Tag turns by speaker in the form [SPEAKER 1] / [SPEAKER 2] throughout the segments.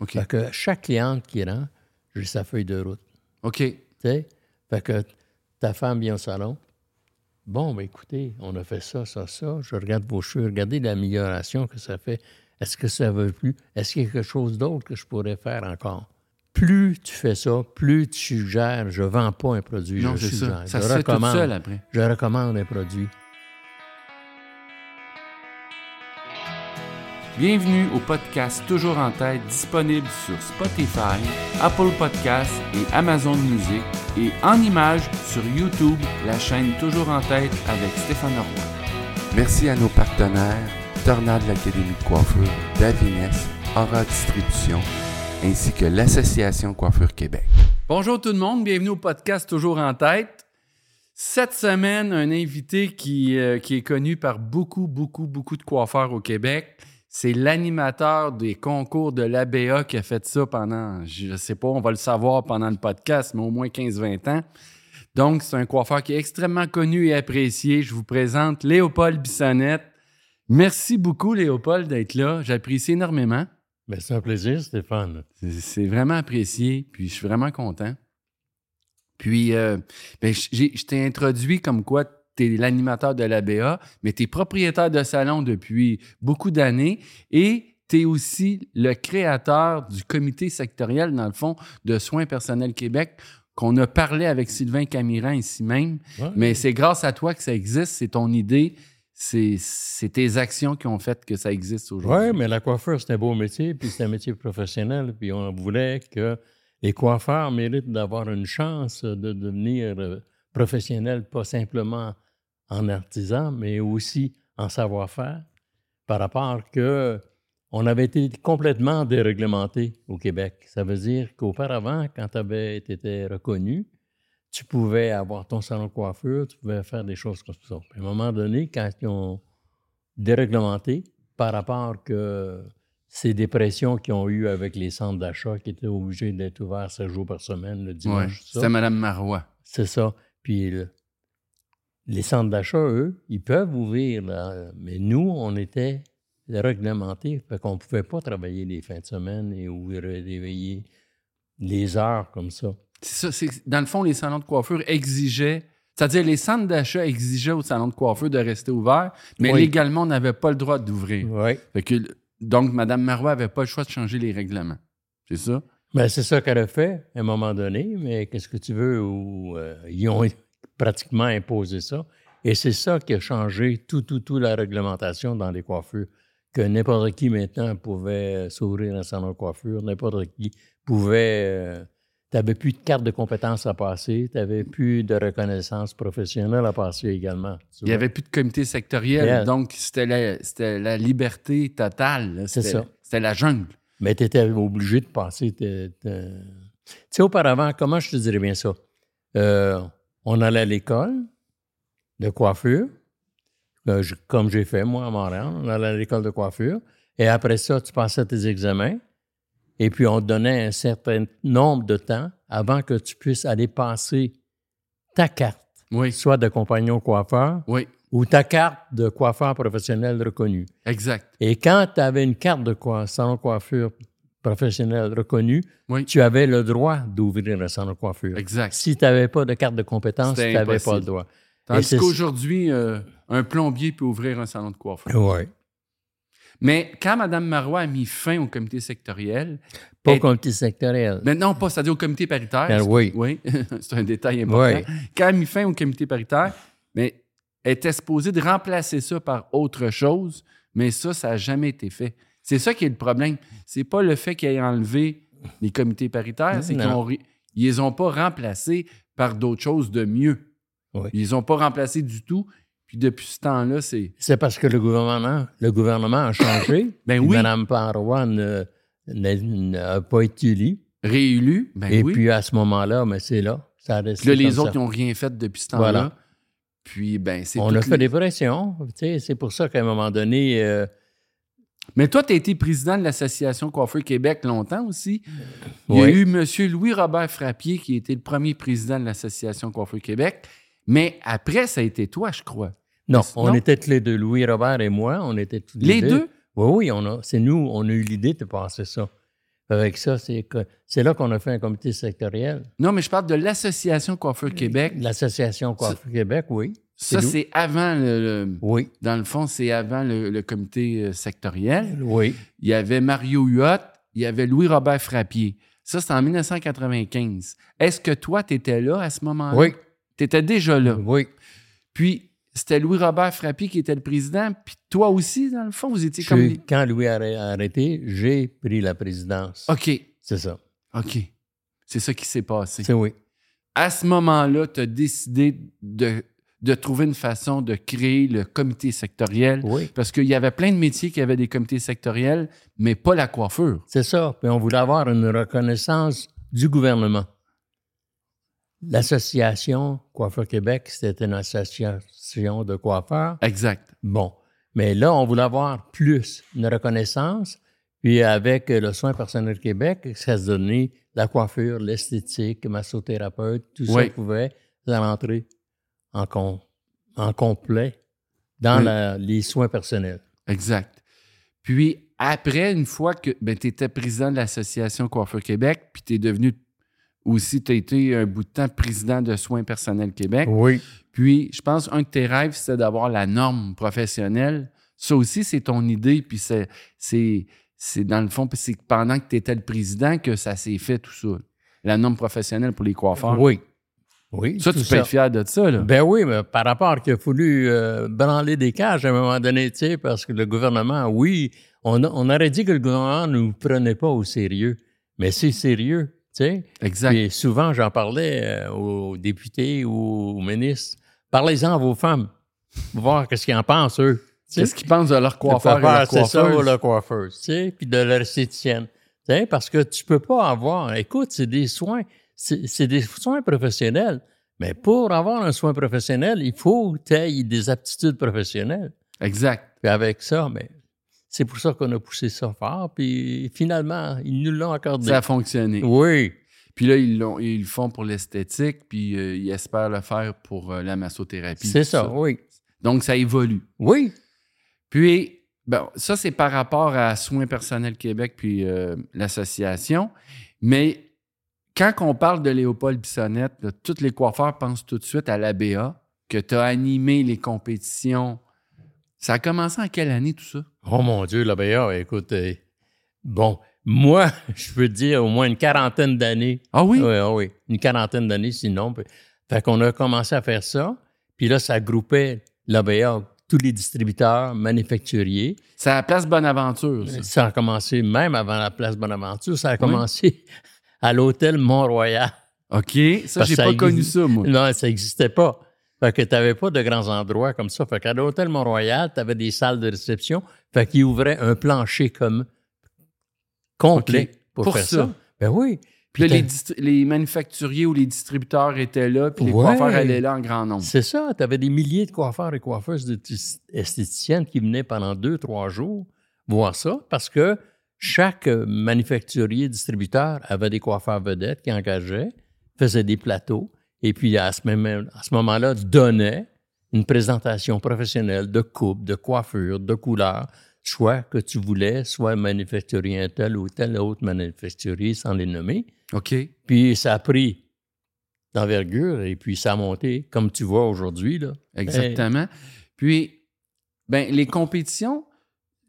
[SPEAKER 1] OK.
[SPEAKER 2] Fait que chaque cliente qui rentre, j'ai sa feuille de route.
[SPEAKER 1] OK.
[SPEAKER 2] Tu sais? Fait que ta femme vient au salon. Bon, ben écoutez, on a fait ça, ça, ça. Je regarde vos cheveux. Regardez l'amélioration que ça fait. Est-ce que ça veut plus? Est-ce qu'il y a quelque chose d'autre que je pourrais faire encore? Plus tu fais ça, plus tu suggères. Je ne vends pas un produit,
[SPEAKER 1] Non,
[SPEAKER 2] je
[SPEAKER 1] c'est ça.
[SPEAKER 2] suggère.
[SPEAKER 1] Ça
[SPEAKER 2] je
[SPEAKER 1] se fait tout
[SPEAKER 2] recommande.
[SPEAKER 1] seul hein. après.
[SPEAKER 2] Je recommande un produit.
[SPEAKER 1] Bienvenue au podcast Toujours en tête disponible sur Spotify, Apple Podcasts et Amazon Music et en images sur YouTube, la chaîne Toujours en tête avec Stéphane Roy.
[SPEAKER 3] Merci à nos partenaires Tornade l'Académie de coiffure, Davines, Aura Distribution, ainsi que l'Association Coiffure Québec.
[SPEAKER 1] Bonjour tout le monde, bienvenue au podcast Toujours en tête. Cette semaine, un invité qui, euh, qui est connu par beaucoup, beaucoup, beaucoup de coiffeurs au Québec. C'est l'animateur des concours de l'ABA qui a fait ça pendant, je ne sais pas, on va le savoir pendant le podcast, mais au moins 15-20 ans. Donc, c'est un coiffeur qui est extrêmement connu et apprécié. Je vous présente Léopold Bissonnette. Merci beaucoup, Léopold, d'être là. J'apprécie énormément.
[SPEAKER 2] Ben, c'est un plaisir, Stéphane.
[SPEAKER 1] C'est- C'est vraiment apprécié, puis je suis vraiment content. Puis, euh, ben, j- j'ai- je t'ai introduit comme quoi tu es l'animateur de l'ABA, mais tu es propriétaire de salon depuis beaucoup d'années et tu es aussi le créateur du comité sectoriel, dans le fond, de soins personnels Québec, qu'on a parlé avec Sylvain Camiran ici même.
[SPEAKER 2] Ouais.
[SPEAKER 1] Mais c'est grâce à toi que ça existe, c'est ton idée, c'est c'est tes actions qui ont fait que ça existe aujourd'hui.
[SPEAKER 2] Oui, mais la coiffure, c'est un beau métier, puis c'est un métier professionnel, puis on voulait que les coiffeurs méritent d'avoir une chance de devenir euh, professionnels, pas simplement en artisan, mais aussi en savoir-faire, par rapport que on avait été complètement déréglementé au Québec. Ça veut dire qu'auparavant, quand tu été reconnu, tu pouvais avoir ton salon de coiffure, tu pouvais faire des choses comme ça. Puis à un moment donné, quand ils ont déréglementé, par rapport que ces dépressions qu'ils ont eues avec les centres d'achat qui étaient obligés d'être ouverts 7 jours par semaine, le
[SPEAKER 1] Ouais,
[SPEAKER 2] dimanche. tout ça.
[SPEAKER 1] C'était Mme Marois.
[SPEAKER 2] C'est ça. Puis le- les centres d'achat, eux, ils peuvent ouvrir, là, mais nous, on était réglementés, fait qu'on ne pouvait pas travailler les fins de semaine et ouvrir, réveiller les heures comme ça.
[SPEAKER 1] C'est ça, c'est- dans le fond, les salons de coiffure exigeaient, c'est-à-dire les centres d'achat exigeaient aux salons de coiffure de rester ouverts, mais
[SPEAKER 2] Oui.
[SPEAKER 1] légalement, on n'avait pas le droit d'ouvrir.
[SPEAKER 2] Oui.
[SPEAKER 1] Fait que- donc, Mme Marois n'avait pas le choix de changer les règlements. C'est ça?
[SPEAKER 2] Ben, c'est ça qu'elle a fait à un moment donné, mais qu'est-ce que tu veux? Où, euh, ils ont pratiquement imposé ça. Et c'est ça qui a changé tout, tout, tout la réglementation dans les coiffures. Que n'importe qui maintenant pouvait s'ouvrir un salon de coiffure, n'importe qui pouvait. tu n'avais plus de carte de compétences à passer, tu n'avais plus de reconnaissance professionnelle à passer également. tu
[SPEAKER 1] Il n'y
[SPEAKER 2] vois.
[SPEAKER 1] avait plus de comité sectoriel,
[SPEAKER 2] Yeah.
[SPEAKER 1] donc c'était la, c'était la liberté totale. là.
[SPEAKER 2] C'est
[SPEAKER 1] C'était-
[SPEAKER 2] ça.
[SPEAKER 1] C'était la jungle.
[SPEAKER 2] Mais tu étais obligé de passer. tes- tes- Tu sais, auparavant, comment je te dirais bien ça? Euh, on allait à l'école de coiffure, euh, je- comme j'ai fait moi à Montréal. On allait à l'école de coiffure. Et après ça, tu passais tes examens. Et puis, on te donnait un certain nombre de temps avant que tu puisses aller passer ta carte,
[SPEAKER 1] Oui,
[SPEAKER 2] soit de compagnon coiffeur
[SPEAKER 1] oui,
[SPEAKER 2] ou ta carte de coiffeur professionnel reconnu.
[SPEAKER 1] exact.
[SPEAKER 2] Et quand tu avais une carte de coi- salon de coiffure professionnelle reconnue,
[SPEAKER 1] Oui.
[SPEAKER 2] tu avais le droit d'ouvrir un salon de coiffure.
[SPEAKER 1] Exact.
[SPEAKER 2] Si tu n'avais pas de carte de compétence, tu
[SPEAKER 1] C'était
[SPEAKER 2] n'avais
[SPEAKER 1] impossible.
[SPEAKER 2] pas le droit.
[SPEAKER 1] Tandis
[SPEAKER 2] c'est-
[SPEAKER 1] qu'aujourd'hui, euh, un plombier peut ouvrir un salon de coiffure.
[SPEAKER 2] Oui.
[SPEAKER 1] Mais quand Mme Marois a mis fin au comité sectoriel,
[SPEAKER 2] Pas
[SPEAKER 1] Et-
[SPEAKER 2] comme petit sectoriel.
[SPEAKER 1] Mais non, pas, c'est-à-dire au comité paritaire.
[SPEAKER 2] Ben oui.
[SPEAKER 1] Oui, c'est un détail important.
[SPEAKER 2] Oui.
[SPEAKER 1] Quand elle a mis fin au comité paritaire, mais elle était supposée de remplacer ça par autre chose, mais ça, ça n'a jamais été fait. C'est ça qui est le problème. C'est pas le fait qu'ils aient enlevé les comités paritaires,
[SPEAKER 2] Non,
[SPEAKER 1] c'est
[SPEAKER 2] non.
[SPEAKER 1] qu'ils ont ri- ils les ont pas remplacés par d'autres choses de mieux.
[SPEAKER 2] Oui.
[SPEAKER 1] Ils les ont pas remplacés du tout. Puis depuis ce temps-là, c'est.
[SPEAKER 2] C'est parce que le gouvernement, le gouvernement a changé.
[SPEAKER 1] Ben
[SPEAKER 2] Puis
[SPEAKER 1] oui.
[SPEAKER 2] Mme Parois ne- ne- n'a pas été élue.
[SPEAKER 1] Réélu, ben
[SPEAKER 2] Et
[SPEAKER 1] oui.
[SPEAKER 2] puis à ce moment-là, mais c'est là. Ça a resté
[SPEAKER 1] Puis là, les
[SPEAKER 2] comme
[SPEAKER 1] autres
[SPEAKER 2] ça.
[SPEAKER 1] n'ont rien fait depuis ce temps-là.
[SPEAKER 2] Voilà.
[SPEAKER 1] Puis, ben, c'est.
[SPEAKER 2] On
[SPEAKER 1] tout
[SPEAKER 2] a
[SPEAKER 1] le-
[SPEAKER 2] fait des pressions. tu sais, C'est pour ça qu'à un moment donné, euh,
[SPEAKER 1] Mais toi, tu as été président de l'Association Coiffeur Québec longtemps aussi. Il y a
[SPEAKER 2] Oui.
[SPEAKER 1] eu M. Louis-Robert Frappier qui était le premier président de l'Association Coiffeur Québec. Mais après, ça a été toi, je crois.
[SPEAKER 2] non,
[SPEAKER 1] Parce-
[SPEAKER 2] on
[SPEAKER 1] non.
[SPEAKER 2] était tous les deux, Louis Robert et moi, on était tous
[SPEAKER 1] Les deux?
[SPEAKER 2] Oui, oui, on a, c'est nous, on a eu l'idée de passer ça. Avec ça, c'est que- c'est là qu'on a fait un comité sectoriel.
[SPEAKER 1] Non, mais je parle de l'Association Coiffeur Québec.
[SPEAKER 2] L'Association Coiffure Québec, oui.
[SPEAKER 1] Ça,
[SPEAKER 2] nous.
[SPEAKER 1] c'est avant le, le-
[SPEAKER 2] Oui.
[SPEAKER 1] Dans le fond, c'est avant le, le comité euh, sectoriel.
[SPEAKER 2] Oui.
[SPEAKER 1] Il y avait Mario Huot, il y avait Louis-Robert Frappier. Ça, c'est en 1995. Est-ce que toi, tu étais là à ce moment-là?
[SPEAKER 2] Oui.
[SPEAKER 1] Tu étais déjà là.
[SPEAKER 2] Oui.
[SPEAKER 1] Puis, c'était Louis-Robert Frappier qui était le président. Puis, toi aussi, dans le fond, vous étiez
[SPEAKER 2] Je
[SPEAKER 1] comme.
[SPEAKER 2] suis- Quand Louis a arrê- arrêté, j'ai pris la présidence.
[SPEAKER 1] OK,
[SPEAKER 2] C'est ça.
[SPEAKER 1] OK. C'est ça qui s'est passé.
[SPEAKER 2] C'est oui.
[SPEAKER 1] À ce moment-là, tu as décidé de, de trouver une façon de créer le comité sectoriel.
[SPEAKER 2] Oui.
[SPEAKER 1] Parce qu'il y avait plein de métiers qui avaient des comités sectoriels, mais pas la coiffure.
[SPEAKER 2] C'est ça. Puis on voulait avoir une reconnaissance du gouvernement. L'association Coiffeur Québec, c'était une association de coiffeurs.
[SPEAKER 1] Exact.
[SPEAKER 2] Bon. Mais là, on voulait avoir plus une reconnaissance. Puis avec euh, le soin personnel Québec, ça se donnait la coiffure, l'esthétique, massothérapeute, tout
[SPEAKER 1] Oui.
[SPEAKER 2] ça pouvait rentrer en, com- en complet dans
[SPEAKER 1] Oui.
[SPEAKER 2] la- les soins personnels.
[SPEAKER 1] Exact. Puis après, une fois que tu étais président de l'Association Coiffeur Québec, puis tu es devenu aussi, tu as été un bout de temps président de Soins personnels Québec.
[SPEAKER 2] Oui.
[SPEAKER 1] Puis je pense un de tes rêves, c'est d'avoir la norme professionnelle. Ça aussi, c'est ton idée, puis c'est, c'est, c'est dans le fond, puis c'est pendant que tu étais le président que ça s'est fait tout ça. La norme professionnelle pour les coiffeurs.
[SPEAKER 2] Oui. Oui.
[SPEAKER 1] Ça,
[SPEAKER 2] tout
[SPEAKER 1] tu peux être fier de ça, là.
[SPEAKER 2] Ben oui, mais par rapport qu'il a fallu euh, branler des cages à un moment donné, tu sais, parce que le gouvernement, oui, on, a- on aurait dit que le gouvernement ne nous prenait pas au sérieux, mais c'est sérieux, tu sais.
[SPEAKER 1] exact.
[SPEAKER 2] Puis souvent, j'en parlais euh, aux députés ou aux ministres. Parlez-en à vos femmes, voir qu'est-ce qu'ils en pensent, eux. Tu sais.
[SPEAKER 1] Qu'est-ce qu'ils pensent de leur
[SPEAKER 2] Le
[SPEAKER 1] coiffeur et leur
[SPEAKER 2] c'est ça, ou
[SPEAKER 1] coiffeuse?
[SPEAKER 2] le coiffeur, tu sais, puis de l'esthéticienne. Tu sais, parce que tu peux pas avoir, écoute, c'est des soins, c'est c'est des soins professionnels, mais pour avoir un soin professionnel, il faut que tu aies des aptitudes professionnelles.
[SPEAKER 1] Exact.
[SPEAKER 2] Puis avec ça, mais c'est pour ça qu'on a poussé ça fort, puis finalement, ils nous l'ont accordé.
[SPEAKER 1] Ça a fonctionné.
[SPEAKER 2] Ben, Oui,
[SPEAKER 1] Puis là, ils, l'ont- ils le font pour l'esthétique, puis euh, ils espèrent le faire pour euh, la massothérapie.
[SPEAKER 2] c'est
[SPEAKER 1] tout
[SPEAKER 2] ça, oui.
[SPEAKER 1] Donc, ça évolue.
[SPEAKER 2] Oui,
[SPEAKER 1] Puis, bon, ça, c'est par rapport à Soins personnels Québec puis euh, l'association. Mais quand on parle de Léopold Bissonnette, là, tous les coiffeurs pensent tout de suite à l'ABA, que tu as animé les compétitions. Ça a commencé en quelle année, tout ça?
[SPEAKER 2] Oh mon Dieu, la BA, écoute, euh, bon, moi, je peux te dire au moins une quarantaine d'années.
[SPEAKER 1] Ah oui?
[SPEAKER 2] Oui, ah oui, une quarantaine d'années sinon. Puis- Fait qu'on a commencé à faire ça, puis là, ça groupait la BA, tous les distributeurs, manufacturiers.
[SPEAKER 1] C'est à la place Bonaventure, ça.
[SPEAKER 2] Ça a commencé même avant la place Bonaventure, ça a commencé à l'hôtel Mont-Royal.
[SPEAKER 1] OK. Ça,
[SPEAKER 2] Parce
[SPEAKER 1] j'ai
[SPEAKER 2] que ça
[SPEAKER 1] pas
[SPEAKER 2] existe-
[SPEAKER 1] connu ça, moi.
[SPEAKER 2] Non, ça n'existait pas. Fait que t'avais pas de grands endroits comme ça. Fait qu'à l'hôtel Mont-Royal, t'avais des salles de réception. Fait qu'ils ouvraient un plancher comme complet
[SPEAKER 1] OK.
[SPEAKER 2] pour,
[SPEAKER 1] Pour
[SPEAKER 2] faire
[SPEAKER 1] ça.
[SPEAKER 2] ça. Ben oui.
[SPEAKER 1] Puis là, les,
[SPEAKER 2] Putain.
[SPEAKER 1] distri- les manufacturiers ou les distributeurs étaient là, puis les
[SPEAKER 2] Ouais.
[SPEAKER 1] coiffeurs allaient là en grand nombre.
[SPEAKER 2] C'est ça. Tu avais des milliers de coiffeurs et coiffeuses de- esthéticiennes qui venaient pendant deux, trois jours voir ça parce que chaque euh, manufacturier, distributeur avait des coiffeurs vedettes qui engageaient, faisaient des plateaux et puis à ce, même- à ce moment-là donnait une présentation professionnelle de coupe, de coiffure, de couleur, choix que tu voulais, soit manufacturier tel ou tel autre manufacturier sans les nommer.
[SPEAKER 1] OK.
[SPEAKER 2] Puis ça a pris d'envergure et puis ça a monté, comme tu vois aujourd'hui. Là.
[SPEAKER 1] Exactement. Puis, ben, les compétitions,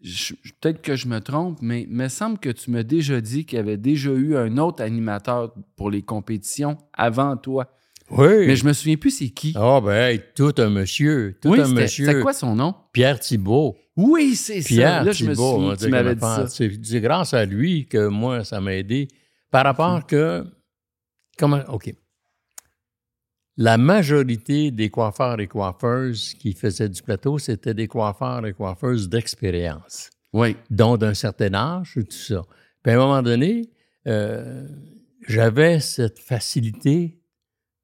[SPEAKER 1] je- je- peut-être que je me trompe, mais il me semble que tu m'as déjà dit qu'il y avait déjà eu un autre animateur pour les compétitions avant toi.
[SPEAKER 2] Oui.
[SPEAKER 1] Mais je me souviens plus c'est qui.
[SPEAKER 2] Ah ben, hey, tout un monsieur, tout
[SPEAKER 1] oui,
[SPEAKER 2] un
[SPEAKER 1] c'était- c'était
[SPEAKER 2] monsieur.
[SPEAKER 1] quoi son nom?
[SPEAKER 2] Pierre Thibault.
[SPEAKER 1] Oui, c'est ça.
[SPEAKER 2] Pierre
[SPEAKER 1] Là, je me
[SPEAKER 2] Thibault. on
[SPEAKER 1] souviens,
[SPEAKER 2] va
[SPEAKER 1] tu
[SPEAKER 2] dire
[SPEAKER 1] m'avais dit
[SPEAKER 2] comment
[SPEAKER 1] ça.
[SPEAKER 2] faire. C'est, c'est grâce à lui que moi, ça m'a aidé. Par rapport que... Comment... OK. La majorité des coiffeurs et coiffeuses qui faisaient du plateau, c'était des coiffeurs et coiffeuses d'expérience.
[SPEAKER 1] Oui,
[SPEAKER 2] dont d'un certain âge, tout ça. Puis à un moment donné, euh, j'avais cette facilité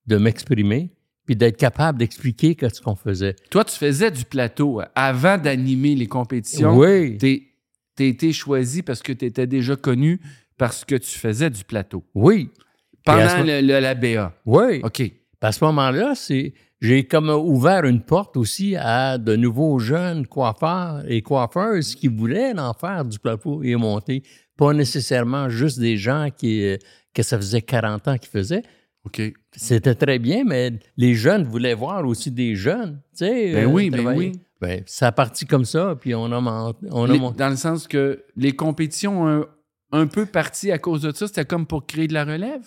[SPEAKER 2] de m'exprimer, puis d'être capable d'expliquer que ce qu'on faisait.
[SPEAKER 1] Toi, tu faisais du plateau euh, avant d'animer les compétitions.
[SPEAKER 2] Oui,
[SPEAKER 1] T'es- T'as été choisi parce que tu étais déjà connu parce que tu faisais du plateau.
[SPEAKER 2] oui, Et à
[SPEAKER 1] Pendant
[SPEAKER 2] ce
[SPEAKER 1] le, le- la BA.
[SPEAKER 2] oui.
[SPEAKER 1] OK.
[SPEAKER 2] Puis À ce moment-là, c'est j'ai comme ouvert une porte aussi à de nouveaux jeunes coiffeurs et coiffeuses qui voulaient en faire du plateau et monter. Pas nécessairement juste des gens qui, euh, que ça faisait 40 ans qu'ils faisaient.
[SPEAKER 1] OK.
[SPEAKER 2] C'était très bien, mais les jeunes voulaient voir aussi des jeunes. Tu sais, euh,
[SPEAKER 1] Ben oui, ben
[SPEAKER 2] travailler.
[SPEAKER 1] oui.
[SPEAKER 2] Ben, ça a parti comme ça, puis on a, mon- on a
[SPEAKER 1] Les-
[SPEAKER 2] monté.
[SPEAKER 1] dans le sens que les compétitions ont un, un peu parti à cause de ça. C'était comme pour créer de la relève.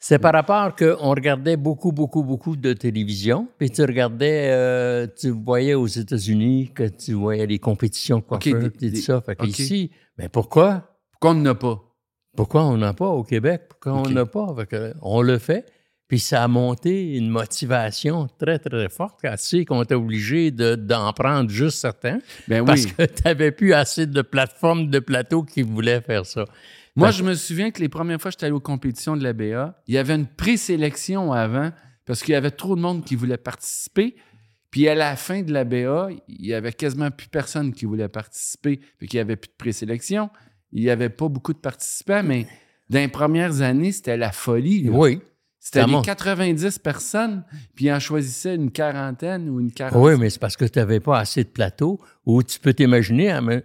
[SPEAKER 2] C'est par rapport qu'on regardait beaucoup, beaucoup, beaucoup de télévision. Puis tu regardais, euh, tu voyais aux États-Unis que tu voyais les compétitions de
[SPEAKER 1] OK,
[SPEAKER 2] coiffeurs,
[SPEAKER 1] des-
[SPEAKER 2] puis tout
[SPEAKER 1] des-
[SPEAKER 2] ça. Fait
[SPEAKER 1] OK.
[SPEAKER 2] qu'ici, ben pourquoi?
[SPEAKER 1] Qu'on n'en a pas.
[SPEAKER 2] Pourquoi on n'a pas au Québec? Pourquoi
[SPEAKER 1] OK.
[SPEAKER 2] on n'a pas? Fait que on le fait. Puis ça a monté une motivation très, très forte, assez qu'on était obligé de- d'en prendre juste certains.
[SPEAKER 1] Ben
[SPEAKER 2] Parce
[SPEAKER 1] oui.
[SPEAKER 2] que tu n'avais plus assez de plateformes, de plateaux qui voulaient faire ça.
[SPEAKER 1] Moi, je me souviens que les premières fois que j'étais allé aux compétitions de la BA, il y avait une présélection avant parce qu'il y avait trop de monde qui voulait participer. Puis à la fin de la BA, il y avait quasiment plus personne qui voulait participer. Fait qu'il n'y avait plus de présélection. Il n'y avait pas beaucoup de participants, mais dans les premières années, c'était la folie. là.
[SPEAKER 2] Oui.
[SPEAKER 1] C'était les
[SPEAKER 2] clairement.
[SPEAKER 1] 90 personnes, puis ils en choisissaient une quarantaine ou une quarantaine.
[SPEAKER 2] Oui, mais c'est parce que tu n'avais pas assez de plateaux où tu peux t'imaginer hein, mais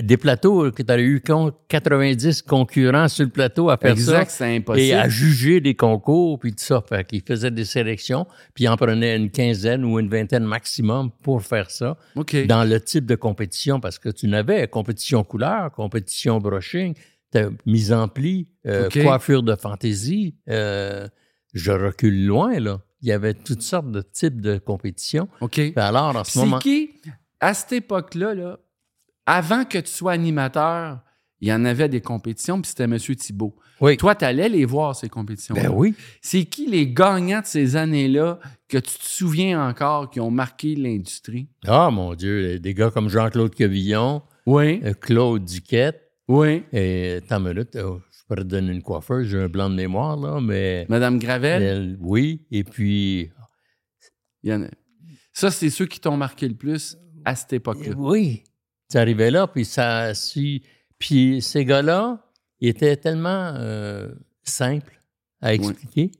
[SPEAKER 2] des plateaux que tu as eu con- 90 concurrents sur le plateau à faire
[SPEAKER 1] exact,
[SPEAKER 2] ça.
[SPEAKER 1] c'est impossible.
[SPEAKER 2] Et à juger des concours, puis tout ça. Fait qu'ils faisaient des sélections, puis ils en prenaient une quinzaine ou une vingtaine maximum pour faire ça.
[SPEAKER 1] OK.
[SPEAKER 2] Dans le type de compétition, parce que tu n'avais compétition couleur, compétition brushing, t'as mise en pli, euh,
[SPEAKER 1] OK.
[SPEAKER 2] coiffure de fantaisie. euh, je recule loin, là. Il y avait toutes sortes de types de compétitions.
[SPEAKER 1] OK.
[SPEAKER 2] Puis alors, en ce moment.
[SPEAKER 1] C'est qui, à cette époque-là, là, avant que tu sois animateur, il y en avait des compétitions, puis c'était M. Thibault.
[SPEAKER 2] Oui.
[SPEAKER 1] Toi, tu allais les voir, ces compétitions.
[SPEAKER 2] ben oui.
[SPEAKER 1] C'est qui les gagnants de ces années-là que tu te souviens encore qui ont marqué l'industrie?
[SPEAKER 2] Ah, mon Dieu, des gars comme Jean-Claude Quevillon,
[SPEAKER 1] Oui.
[SPEAKER 2] euh, Claude Duquette,
[SPEAKER 1] Oui.
[SPEAKER 2] et tant minute, euh, je pourrais te donner une coiffeuse, j'ai un blanc de mémoire, là, mais.
[SPEAKER 1] Madame Gravel,
[SPEAKER 2] elle, oui, et puis.
[SPEAKER 1] il y en a. Ça, c'est ceux qui t'ont marqué le plus à cette époque-là.
[SPEAKER 2] Euh, Oui. Tu arrivais là, puis ça. Si, puis ces gars-là, ils étaient tellement euh, simples à expliquer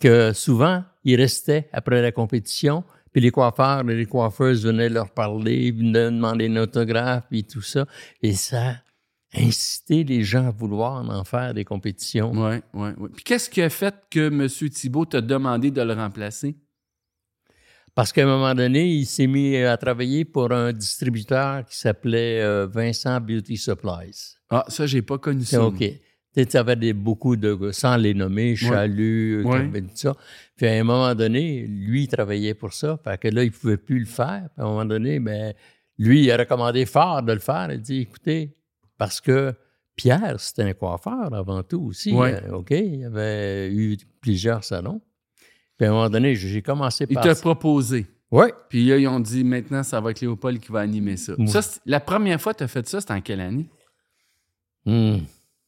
[SPEAKER 2] que souvent, ils restaient après la compétition. Puis les coiffeurs et les coiffeuses venaient leur parler, venaient demander une autographe, puis tout ça. Et ça incitait les gens à vouloir en faire des compétitions.
[SPEAKER 1] Oui, oui, oui. Puis qu'est-ce qui a fait que M. Thibault t'a demandé de le remplacer?
[SPEAKER 2] Parce qu'à un moment donné, il s'est mis à travailler pour un distributeur qui s'appelait euh, Vincent Beauty Supplies.
[SPEAKER 1] Ah, ça, j'ai pas connu
[SPEAKER 2] C'est
[SPEAKER 1] ça.
[SPEAKER 2] OK. Tu avais des, beaucoup de, sans les nommer, Chalut,
[SPEAKER 1] Ouais.
[SPEAKER 2] Campbell, tout ça. Puis à un moment donné, lui, il travaillait pour ça. Fait que là, il ne pouvait plus le faire. Puis à un moment donné, ben, lui, il a recommandé fort de le faire. Il dit, écoutez, parce que Pierre, c'était un coiffeur avant tout aussi.
[SPEAKER 1] Ouais.
[SPEAKER 2] Euh, OK? Il avait eu plusieurs salons. Puis à un moment donné, j'ai commencé
[SPEAKER 1] Il
[SPEAKER 2] par...
[SPEAKER 1] t'a proposé.
[SPEAKER 2] Oui.
[SPEAKER 1] Puis là, ils ont dit maintenant, ça va être Léopold qui va animer ça.
[SPEAKER 2] Oui.
[SPEAKER 1] Ça, c'est- la première fois que tu as fait ça, c'était en quelle année?
[SPEAKER 2] Hmm.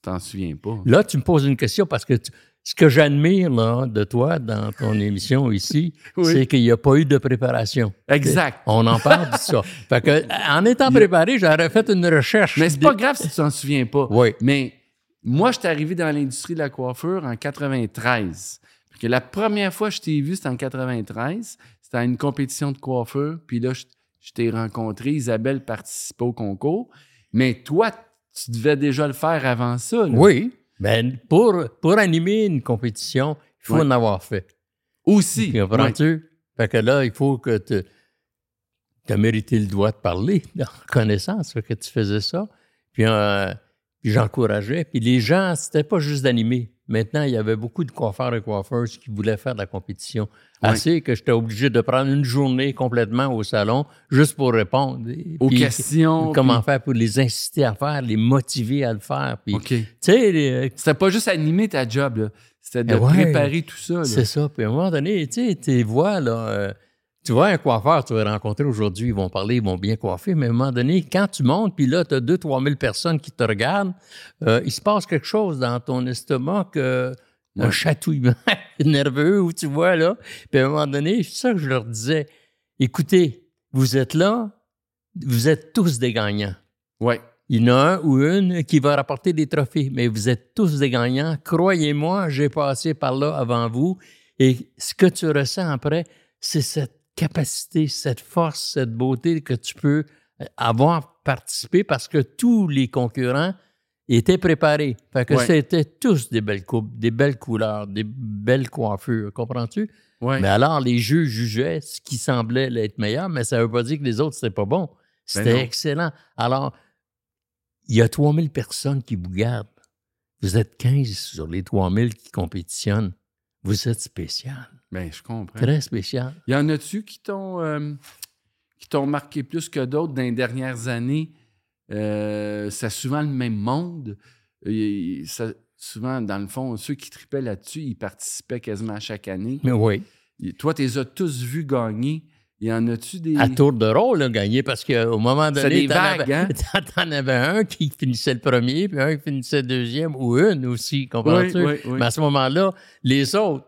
[SPEAKER 1] T'en souviens pas. hein?
[SPEAKER 2] Là, tu me poses une question parce que tu- ce que j'admire là, de toi dans ton émission ici,
[SPEAKER 1] Oui.
[SPEAKER 2] c'est qu'il n'y a pas eu de préparation.
[SPEAKER 1] Exact.
[SPEAKER 2] On en parle de ça. Fait que, en étant préparé, j'aurais fait une recherche.
[SPEAKER 1] Mais c'est pas grave si tu t'en souviens pas.
[SPEAKER 2] Oui.
[SPEAKER 1] Mais moi, je suis arrivé dans l'industrie de la coiffure en 93. Puis que la première fois que je t'ai vu, c'était en 93. C'était à une compétition de coiffure. Puis là, je, je t'ai rencontré. Isabelle participait au concours. Mais toi, tu devais déjà le faire avant ça. là.
[SPEAKER 2] Oui. Ben, pour, pour animer une compétition, il faut
[SPEAKER 1] Oui.
[SPEAKER 2] en avoir fait.
[SPEAKER 1] Aussi.
[SPEAKER 2] Comprends-tu? Fait que là, il faut que tu as mérité le droit de parler en connaissance, fait que tu faisais ça. Puis, euh, puis j'encourageais. Puis les gens, c'était pas juste d'animer. Maintenant, il y avait beaucoup de coiffeurs et coiffeuses qui voulaient faire de la compétition.
[SPEAKER 1] Oui.
[SPEAKER 2] Assez que j'étais obligé de prendre une journée complètement au salon juste pour répondre. Et
[SPEAKER 1] Aux
[SPEAKER 2] puis,
[SPEAKER 1] questions.
[SPEAKER 2] Comment faire pour les inciter à faire, les motiver à le faire. Puis,
[SPEAKER 1] puis- OK.
[SPEAKER 2] tu sais, les-
[SPEAKER 1] C'était pas juste animer ta job, là. C'était de
[SPEAKER 2] Eh ouais.
[SPEAKER 1] préparer tout ça. là.
[SPEAKER 2] C'est ça. Puis à un moment donné, tu sais, tes voix, là, euh, tu vois un coiffeur, tu vas le rencontrer aujourd'hui, ils vont parler, ils vont bien coiffer, mais à un moment donné, quand tu montes, puis là, tu as 2 3 000 personnes qui te regardent, euh, il se passe quelque chose dans ton estomac que. Un
[SPEAKER 1] Ouais.
[SPEAKER 2] chatouillement nerveux, où tu vois, là. Puis à un moment donné, c'est ça que je leur disais. Écoutez, vous êtes là, vous êtes tous des gagnants.
[SPEAKER 1] Ouais.
[SPEAKER 2] Il y en a un ou une qui va rapporter des trophées, mais vous êtes tous des gagnants. Croyez-moi, j'ai passé par là avant vous. Et ce que tu ressens après, c'est cette capacité, cette force, cette beauté que tu peux euh, avoir participé parce que tous les concurrents étaient préparés. Fait que
[SPEAKER 1] Ouais.
[SPEAKER 2] c'était tous des belles coupes, des belles couleurs, des belles coiffures, comprends-tu?
[SPEAKER 1] Ouais.
[SPEAKER 2] Mais alors, les juges jugeaient ce qui semblait être meilleur, mais ça ne veut pas dire que les autres, c'était pas bon. C'était
[SPEAKER 1] Ben non.
[SPEAKER 2] excellent. Alors, il y a 3000 personnes qui vous gardent. Vous êtes 15 sur les 3000 qui compétitionnent. Vous êtes spécial,
[SPEAKER 1] Ben, je comprends.
[SPEAKER 2] très spécial.
[SPEAKER 1] Il y en a-tu qui t'ont euh, qui t'ont marqué plus que d'autres dans les dernières années? Euh, c'est souvent le même monde. Et ça- souvent, dans le fond, ceux qui tripaient là-dessus, ils participaient quasiment à chaque année.
[SPEAKER 2] Mais oui.
[SPEAKER 1] Et Toi, tu les as tous vus gagner. Il y en a-tu des.
[SPEAKER 2] À tour de rôle, là, gagner, parce qu'au moment
[SPEAKER 1] C'est
[SPEAKER 2] donné,
[SPEAKER 1] des
[SPEAKER 2] t'en
[SPEAKER 1] vagues,
[SPEAKER 2] avais,
[SPEAKER 1] hein?
[SPEAKER 2] t'en avais un qui finissait le premier, puis un qui finissait deuxième, ou une aussi,
[SPEAKER 1] Oui,
[SPEAKER 2] comprends-tu?
[SPEAKER 1] oui, oui.
[SPEAKER 2] Mais à ce moment-là, les autres,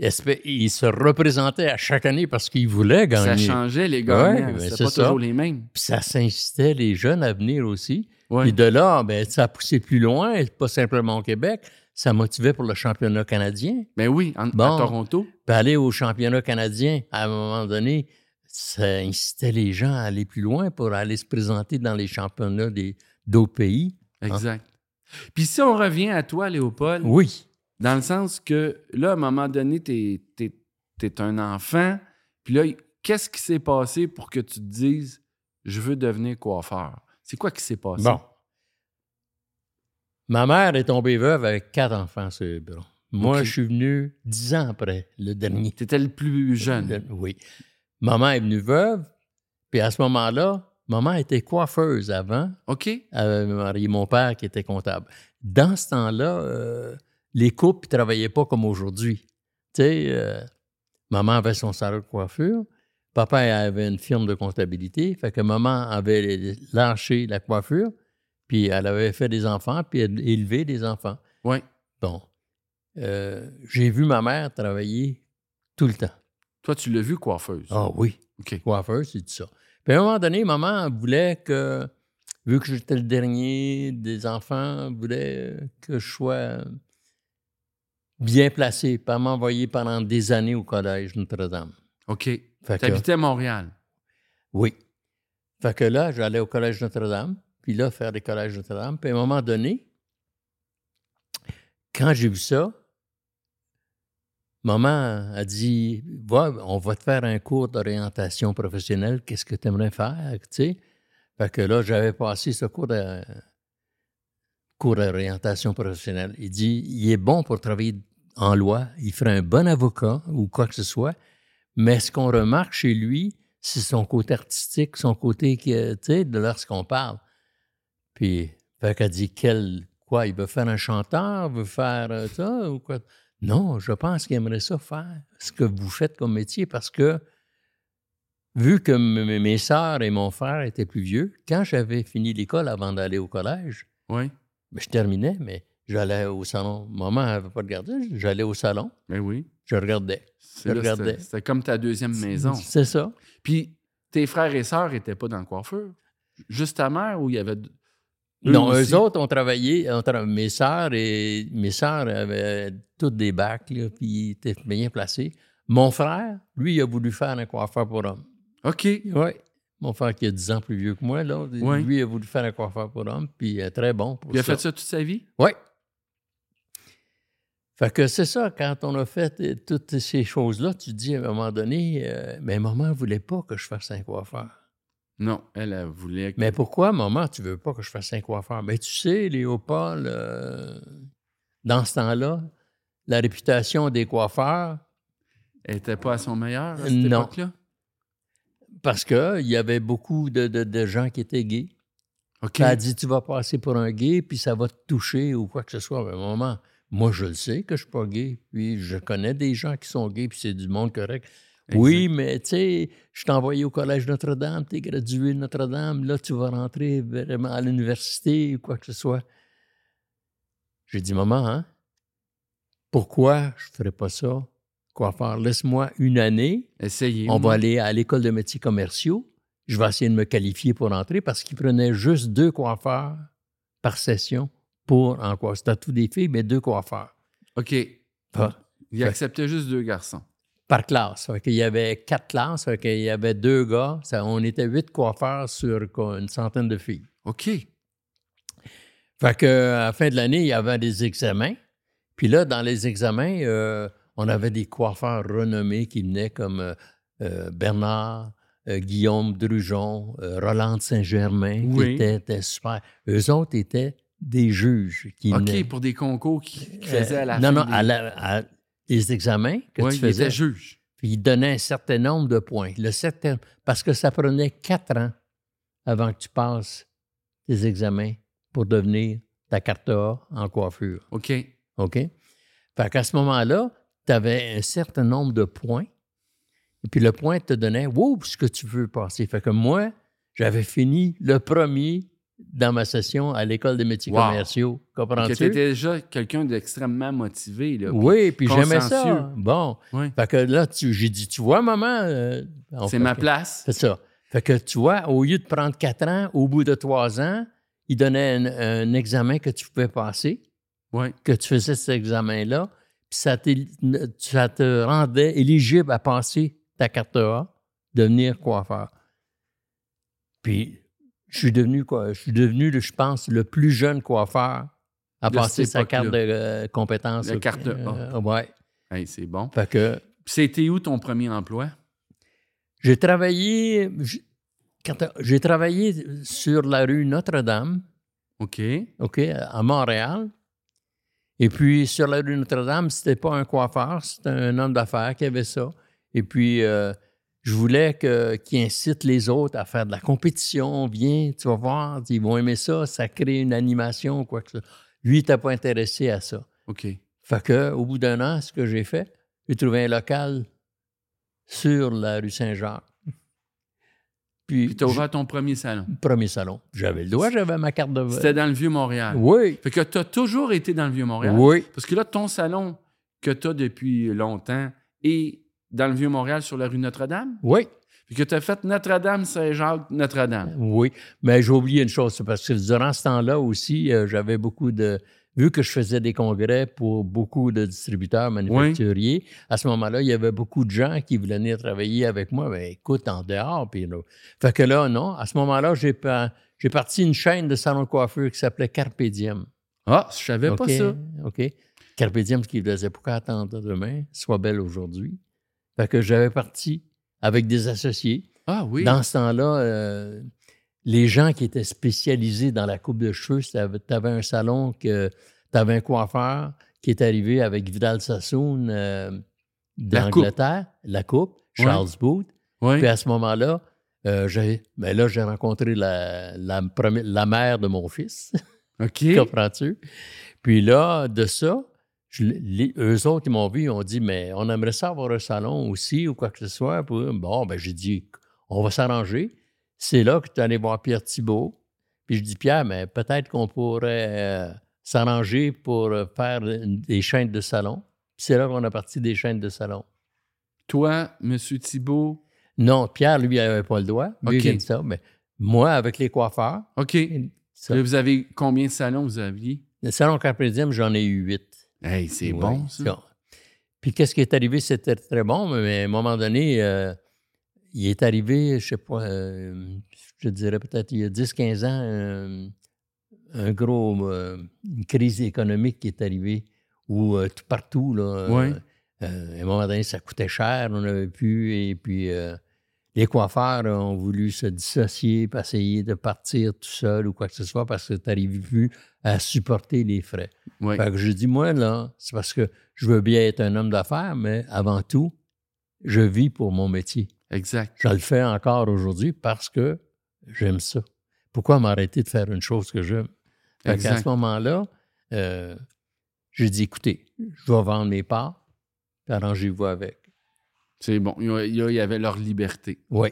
[SPEAKER 2] espé- ils se représentaient à chaque année parce qu'ils voulaient
[SPEAKER 1] Ça
[SPEAKER 2] gagner.
[SPEAKER 1] changeait, les gagnants.
[SPEAKER 2] Ouais, ben,
[SPEAKER 1] C'était
[SPEAKER 2] c'est
[SPEAKER 1] pas
[SPEAKER 2] ça.
[SPEAKER 1] toujours les mêmes.
[SPEAKER 2] Puis ça s'incitait les jeunes à venir aussi.
[SPEAKER 1] Ouais.
[SPEAKER 2] Puis de là, ben, ça a poussé plus loin, et pas simplement au Québec. Ça motivait pour le championnat canadien.
[SPEAKER 1] Ben oui, en-
[SPEAKER 2] Bon.
[SPEAKER 1] à Toronto.
[SPEAKER 2] Puis aller au championnat canadien, à un moment donné, ça incitait les gens à aller plus loin pour aller se présenter dans les championnats des- d'autres pays.
[SPEAKER 1] Exact. Puis si on revient à toi, Léopold,
[SPEAKER 2] Oui.
[SPEAKER 1] Dans le sens que là, à un moment donné, t'es es, un enfant, puis là, qu'est-ce qui s'est passé pour que tu te dises je veux devenir coiffeur? C'est quoi qui s'est passé?
[SPEAKER 2] Bon. Ma mère est tombée veuve avec quatre enfants sur le bras. Moi,
[SPEAKER 1] Ok.
[SPEAKER 2] je suis venu dix ans après, le dernier.
[SPEAKER 1] T'étais le plus jeune.
[SPEAKER 2] Le- oui. Maman est venue veuve, puis à ce moment-là, maman était coiffeuse avant,
[SPEAKER 1] OK?
[SPEAKER 2] elle avait marié mon père qui était comptable. Dans ce temps-là, euh, les couples ne travaillaient pas comme aujourd'hui. Tu sais, euh, maman avait son salon de coiffure, papa avait une firme de comptabilité, fait que maman avait lâché la coiffure, puis elle avait fait des enfants, puis elle élevé des enfants.
[SPEAKER 1] Oui.
[SPEAKER 2] Bon. Euh, J'ai vu ma mère travailler tout le temps.
[SPEAKER 1] Toi, tu l'as vu coiffeuse.
[SPEAKER 2] Ah oui.
[SPEAKER 1] OK.
[SPEAKER 2] Coiffeuse, c'est tout ça. Puis à un moment donné, maman voulait que, vu que j'étais le dernier des enfants, voulait que je sois bien placé. Puis elle m'a envoyé pendant des années au collège Notre-Dame.
[SPEAKER 1] OK.
[SPEAKER 2] Fait que-
[SPEAKER 1] T'habitais à Montréal.
[SPEAKER 2] oui. Fait que là, j'allais au Collège Notre-Dame, puis là, faire des Collèges Notre-Dame. Puis à un moment donné, quand j'ai vu ça, maman a dit Va, on va te faire un cours d'orientation professionnelle, qu'est-ce que tu aimerais faire, tu sais. Fait que là, j'avais passé ce cours de- cours d'orientation professionnelle. Il dit Il est bon pour travailler en loi, il ferait un bon avocat ou quoi que ce soit, mais ce qu'on remarque chez lui, c'est son côté artistique, son côté, qui, euh, tu sais, de lorsqu'on parle. Puis, fait qu'elle dit, quel, quoi, il veut faire un chanteur, veut faire euh, ça ou quoi? Non, je pense qu'il aimerait ça faire, ce que vous faites comme métier, parce que, vu que m- m- mes sœurs et mon frère étaient plus vieux, quand j'avais fini l'école avant d'aller au collège,
[SPEAKER 1] Oui.
[SPEAKER 2] ben, je terminais, mais j'allais au salon. Maman n'avait pas de gardien, j'allais au salon,
[SPEAKER 1] Ben oui.
[SPEAKER 2] je regardais.
[SPEAKER 1] C'est là,
[SPEAKER 2] regardais.
[SPEAKER 1] C'était c'était comme ta deuxième maison.
[SPEAKER 2] C'est ça.
[SPEAKER 1] Puis tes frères et sœurs n'étaient pas dans le coiffeur. Juste ta mère où il y avait. d- eux
[SPEAKER 2] Non,
[SPEAKER 1] aussi?
[SPEAKER 2] eux autres ont travaillé. ont tra- mes sœurs et mes sœurs avaient toutes des bacs, là, puis ils étaient bien placés. Mon frère, lui, il a voulu faire un coiffeur pour homme.
[SPEAKER 1] OK.
[SPEAKER 2] Oui. Mon frère qui est 10 ans plus vieux que moi, là,
[SPEAKER 1] Ouais.
[SPEAKER 2] lui, il a voulu faire un coiffeur pour homme, puis il est très bon pour
[SPEAKER 1] Il a
[SPEAKER 2] ça.
[SPEAKER 1] fait ça toute sa vie?
[SPEAKER 2] Oui. Fait que c'est ça, quand on a fait euh, toutes ces choses-là, tu te dis à un moment donné, euh, mais maman ne voulait pas que je fasse un coiffeur.
[SPEAKER 1] Non, elle, elle voulait.
[SPEAKER 2] Mais pourquoi, maman, tu veux pas que je fasse un coiffeur? Mais tu sais, Léopold, euh, dans ce temps-là, la réputation des coiffeurs,
[SPEAKER 1] Elle n'était pas à son meilleur à cette
[SPEAKER 2] Non.
[SPEAKER 1] époque-là?
[SPEAKER 2] parce qu'il y avait beaucoup de, de- de gens qui étaient gays.
[SPEAKER 1] OK.
[SPEAKER 2] Puis Elle a dit, tu vas passer pour un gay, puis ça va te toucher ou quoi que ce soit. Mais maman, moi, je le sais que je suis pas gay, puis je connais des gens qui sont gays, puis c'est du monde correct.
[SPEAKER 1] Exact.
[SPEAKER 2] Oui, mais tu sais, je t'ai envoyé au collège Notre-Dame, t'es gradué de Notre-Dame, là, tu vas rentrer vraiment à l'université ou quoi que ce soit. J'ai dit, maman, hein, pourquoi je ferais pas ça? Quoi faire? Laisse-moi une année,
[SPEAKER 1] Essayez.
[SPEAKER 2] on va aller à l'école de métiers commerciaux. Je vais essayer de me qualifier pour entrer parce qu'il prenait juste deux coiffeurs par session pour en coiffeur. C'était tous des filles, mais deux coiffeurs.
[SPEAKER 1] OK.
[SPEAKER 2] Ah.
[SPEAKER 1] Il acceptait juste deux garçons.
[SPEAKER 2] par classe. Fait qu'il y avait quatre classes, fait qu'il y avait deux gars. Ça- on était huit coiffeurs sur quoi, une centaine de filles.
[SPEAKER 1] OK.
[SPEAKER 2] Fait que, à la fin de l'année, il y avait des examens. Puis là, dans les examens, euh, on avait des coiffeurs renommés qui venaient comme euh, euh, Bernard, euh, Guillaume Drujon, euh, Roland Saint-Germain,
[SPEAKER 1] Oui.
[SPEAKER 2] qui étaient, étaient super. Eux autres étaient des juges qui venaient.
[SPEAKER 1] OK, pour des concours qui, qui faisaient à la
[SPEAKER 2] Euh, non,
[SPEAKER 1] fin
[SPEAKER 2] non,
[SPEAKER 1] des-
[SPEAKER 2] à la- à des examens que
[SPEAKER 1] Ouais,
[SPEAKER 2] tu
[SPEAKER 1] ils étaient
[SPEAKER 2] faisais.
[SPEAKER 1] juges.
[SPEAKER 2] Puis il donnait un certain nombre de points. Le certain, parce que ça prenait quatre ans avant que tu passes tes examens pour devenir ta carte A en coiffure.
[SPEAKER 1] OK.
[SPEAKER 2] OK? Fait qu'à ce moment-là, tu avais un certain nombre de points. Et puis le point te donnait, wow, ce que tu veux passer. Fait que moi, j'avais fini le premier dans ma session à l'École des métiers
[SPEAKER 1] Wow.
[SPEAKER 2] commerciaux.
[SPEAKER 1] Tu
[SPEAKER 2] Comprends-tu?
[SPEAKER 1] étais déjà quelqu'un d'extrêmement motivé. Là,
[SPEAKER 2] Oui, puis j'aimais ça.
[SPEAKER 1] euh, consciencieux.
[SPEAKER 2] Bon.
[SPEAKER 1] Oui.
[SPEAKER 2] Fait que là, tu- j'ai dit, tu vois, maman. euh, on
[SPEAKER 1] C'est
[SPEAKER 2] fait
[SPEAKER 1] ma
[SPEAKER 2] que-
[SPEAKER 1] place.
[SPEAKER 2] C'est ça. Fait que tu vois, au lieu de prendre quatre ans, au bout de trois ans, il donnait un, un examen que tu pouvais passer,
[SPEAKER 1] Oui.
[SPEAKER 2] que tu faisais cet examen-là, puis ça, t'é- ça te rendait éligible à passer ta carte A, devenir coiffeur. Puis je suis devenu quoi? Je suis devenu, le- je pense, le plus jeune coiffeur à
[SPEAKER 1] De
[SPEAKER 2] passer
[SPEAKER 1] cette
[SPEAKER 2] sa carte de
[SPEAKER 1] époque-là.
[SPEAKER 2] euh, compétence.
[SPEAKER 1] La carte A.
[SPEAKER 2] Euh, ouais.
[SPEAKER 1] Hey, c'est bon.
[SPEAKER 2] Fait que
[SPEAKER 1] Puis C'était où ton premier emploi?
[SPEAKER 2] J'ai travaillé, j'- quand- j'ai travaillé sur la rue Notre-Dame,
[SPEAKER 1] OK.
[SPEAKER 2] OK, à Montréal. Et puis, sur la rue Notre-Dame, c'était pas un coiffeur, c'était un homme d'affaires qui avait ça. Et puis, euh, je voulais que, qu'il incite les autres à faire de la compétition. Viens, tu vas voir, ils vont aimer ça, ça crée une animation, quoi que ce soit. Lui, il n'était pas intéressé à ça.
[SPEAKER 1] OK.
[SPEAKER 2] Fait que, au bout d'un an, ce que j'ai fait, j'ai trouvé un local sur la rue Saint-Jacques. Puis,
[SPEAKER 1] Puis tu as ouvert ton premier salon.
[SPEAKER 2] j- premier salon. J'avais le doigt, j'avais ma carte de
[SPEAKER 1] C'était dans le Vieux-Montréal.
[SPEAKER 2] Oui.
[SPEAKER 1] Fait que tu as toujours été dans le Vieux-Montréal.
[SPEAKER 2] Oui.
[SPEAKER 1] Parce que là, ton salon que tu as depuis longtemps est dans le Vieux-Montréal sur la rue Notre-Dame.
[SPEAKER 2] Oui.
[SPEAKER 1] Puis que tu as fait Notre-Dame, Saint-Jacques, Notre-Dame.
[SPEAKER 2] Oui. Mais j'ai oublié une chose, c'est parce que durant ce temps-là aussi, euh, j'avais beaucoup de. Vu que je faisais des congrès pour beaucoup de distributeurs, manufacturiers, à ce moment-là, il y avait beaucoup de gens qui voulaient venir travailler avec moi. Ben, écoute, en dehors. Puis, là. Fait que là, non. À ce moment-là, j'ai, pa- j'ai parti une chaîne de salons de coiffure qui s'appelait Carpe Diem.
[SPEAKER 1] Ah, je savais pas
[SPEAKER 2] OK,
[SPEAKER 1] ça.
[SPEAKER 2] OK. Carpe diem, ce qu'il faisait, pourquoi attendre demain? Sois belle aujourd'hui. Fait que j'avais parti avec des associés.
[SPEAKER 1] Ah oui.
[SPEAKER 2] Dans ce temps-là, euh, les gens qui étaient spécialisés dans la coupe de cheveux, tu avais, un salon, que tu avais un coiffeur qui est arrivé avec Vidal Sassoon euh,
[SPEAKER 1] La coupe.
[SPEAKER 2] d'Angleterre, la coupe, Charles Booth.
[SPEAKER 1] Oui.
[SPEAKER 2] Puis à ce moment-là, euh, j'ai- ben là, j'ai rencontré la- la première- la mère de mon fils.
[SPEAKER 1] OK.
[SPEAKER 2] Comprends-tu? Puis là, de ça, je l- les- eux autres, ils m'ont vu, ils ont dit, mais on aimerait ça avoir un salon aussi ou quoi que ce soit. Puis, bon, ben j'ai dit, on va s'arranger. C'est là que tu es allé voir Pierre Thibault. Puis je dis, Pierre, mais peut-être qu'on pourrait euh, s'arranger pour euh, faire une- des chaînes de salon. Puis c'est là qu'on a parti des chaînes de salon.
[SPEAKER 1] Toi, M. Thibault.
[SPEAKER 2] Non, Pierre, lui, il n'avait pas le doigt. Lui,
[SPEAKER 1] OK.
[SPEAKER 2] il aime ça. Mais moi, avec les coiffeurs,
[SPEAKER 1] OK.
[SPEAKER 2] ça-
[SPEAKER 1] Là, vous avez combien de salons vous aviez?
[SPEAKER 2] le salon Carpe Diem, j'en ai eu huit.
[SPEAKER 1] Hey, c'est
[SPEAKER 2] Ouais,
[SPEAKER 1] bon, ça.
[SPEAKER 2] ça. Puis qu'est-ce qui est arrivé? C'était très bon, mais à un moment donné, euh, il est arrivé, je sais pas, euh, je dirais peut-être il y a 10-15 ans, euh, un gros, euh, une crise économique qui est arrivée où euh, tout partout, là,
[SPEAKER 1] Ouais.
[SPEAKER 2] euh, euh, à un moment donné, ça coûtait cher, on n'avait plus, et puis euh, les coiffeurs euh, ont voulu se dissocier, puis essayer de partir tout seul ou quoi que ce soit parce que tu n'arrives plus à supporter les frais.
[SPEAKER 1] Oui.
[SPEAKER 2] Fait que je dis, moi, là, c'est parce que je veux bien être un homme d'affaires, mais avant tout, je vis pour mon métier.
[SPEAKER 1] Exact.
[SPEAKER 2] Je le fais encore aujourd'hui parce que j'aime ça. Pourquoi m'arrêter de faire une chose que j'aime? Fait qu'à
[SPEAKER 1] Exact.
[SPEAKER 2] ce moment-là, euh, j'ai dit, écoutez, je vais vendre mes parts, puis arrangez-vous avec.
[SPEAKER 1] C'est bon. Il y a- il y a- il y avait leur liberté.
[SPEAKER 2] Oui.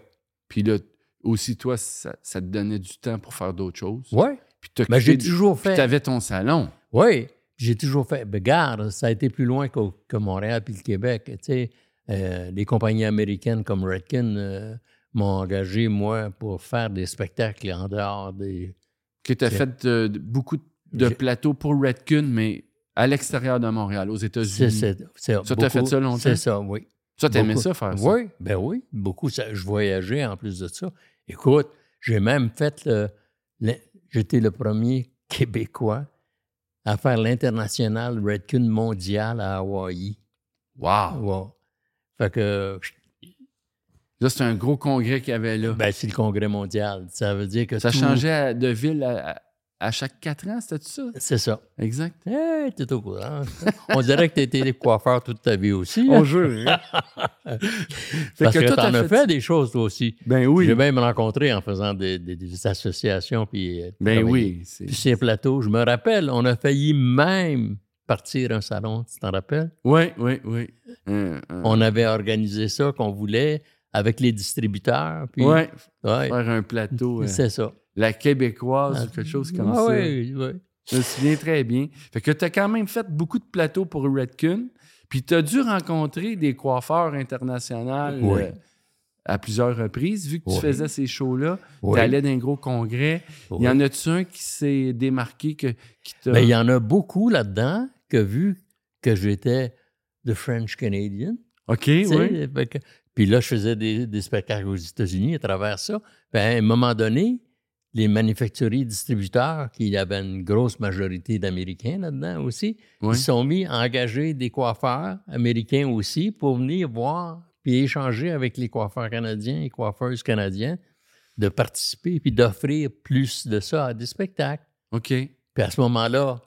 [SPEAKER 1] Puis là, aussi, toi, ça, ça te donnait du temps pour faire d'autres choses.
[SPEAKER 2] Oui.
[SPEAKER 1] Puis tu
[SPEAKER 2] Mais Ben, j'ai toujours fait.
[SPEAKER 1] avais ton salon.
[SPEAKER 2] Oui, j'ai toujours fait. ben, Garde, ça a été plus loin qu'au- que Montréal puis le Québec. Tu sais, euh, les compagnies américaines comme Redken euh, m'ont engagé, moi, pour faire des spectacles en dehors des.
[SPEAKER 1] Que tu as
[SPEAKER 2] J'ai-
[SPEAKER 1] fait euh, de- beaucoup de
[SPEAKER 2] J'ai-
[SPEAKER 1] plateaux pour Redcon, mais à l'extérieur de Montréal, aux
[SPEAKER 2] C'est
[SPEAKER 1] États-Unis.
[SPEAKER 2] c'est- c'est
[SPEAKER 1] Ça, t'as
[SPEAKER 2] beaucoup-
[SPEAKER 1] fait ça longtemps?
[SPEAKER 2] C'est ça, oui.
[SPEAKER 1] Ça, t'aimais
[SPEAKER 2] Beaucoup.
[SPEAKER 1] ça faire ça?
[SPEAKER 2] Oui, ben oui, beaucoup. Ça- je voyageais en plus de ça. Écoute, j'ai même fait le, le- J'étais le premier Québécois à faire l'international Redcoon mondial à Hawaï.
[SPEAKER 1] Wow!
[SPEAKER 2] Ouais. Fait que
[SPEAKER 1] Là, c'est un gros congrès qu'il y avait là.
[SPEAKER 2] ben, c'est le congrès mondial. Ça veut dire que
[SPEAKER 1] ça
[SPEAKER 2] tout-
[SPEAKER 1] changeait à- de ville à, à- à chaque quatre ans, c'était ça?
[SPEAKER 2] C'est ça.
[SPEAKER 1] Exact.
[SPEAKER 2] Hey, t'es au courant. On dirait que t'étais coiffeur toute ta vie aussi.
[SPEAKER 1] jure. hein?
[SPEAKER 2] Parce
[SPEAKER 1] Fait
[SPEAKER 2] que,
[SPEAKER 1] que toi,
[SPEAKER 2] t'en
[SPEAKER 1] t'as
[SPEAKER 2] as
[SPEAKER 1] fait-
[SPEAKER 2] fait des choses toi aussi.
[SPEAKER 1] Ben
[SPEAKER 2] J'ai
[SPEAKER 1] oui.
[SPEAKER 2] même rencontré en faisant des, des- des associations. Puis, euh,
[SPEAKER 1] Ben
[SPEAKER 2] travailler.
[SPEAKER 1] oui. c'est-
[SPEAKER 2] Puis ces plateaux, je me rappelle, on a failli même partir un salon, tu t'en rappelles?
[SPEAKER 1] Oui, oui, oui. Euh, euh,
[SPEAKER 2] On avait organisé ça qu'on voulait avec les distributeurs. Puis,
[SPEAKER 1] ouais,
[SPEAKER 2] ouais,
[SPEAKER 1] faire un plateau, euh,
[SPEAKER 2] c'est ça.
[SPEAKER 1] la québécoise ou quelque chose comme
[SPEAKER 2] Ah
[SPEAKER 1] ça.
[SPEAKER 2] oui, oui.
[SPEAKER 1] Je me souviens très bien. Fait que tu as quand même fait beaucoup de plateaux pour Redcoon. Puis tu as dû rencontrer des coiffeurs internationaux
[SPEAKER 2] Oui.
[SPEAKER 1] euh, à plusieurs reprises. Vu que tu
[SPEAKER 2] Oui.
[SPEAKER 1] faisais ces shows-là,
[SPEAKER 2] Oui,
[SPEAKER 1] tu allais dans un gros congrès.
[SPEAKER 2] oui.
[SPEAKER 1] Il y en a-tu un qui s'est démarqué que, qui t'a.
[SPEAKER 2] Ben, il y en a beaucoup là-dedans que vu que j'étais the French Canadian,
[SPEAKER 1] OK,
[SPEAKER 2] tu sais,
[SPEAKER 1] oui.
[SPEAKER 2] fait que- puis là, je faisais des, des spectacles aux États-Unis à travers ça. Ben, à un moment donné, les manufacturiers distributeurs, qui avaient une grosse majorité d'Américains là-dedans aussi,
[SPEAKER 1] Oui.
[SPEAKER 2] ils sont mis à engager des coiffeurs américains aussi pour venir voir puis échanger avec les coiffeurs canadiens et coiffeuses canadiens, de participer puis d'offrir plus de ça à des spectacles.
[SPEAKER 1] OK.
[SPEAKER 2] Puis à ce moment-là,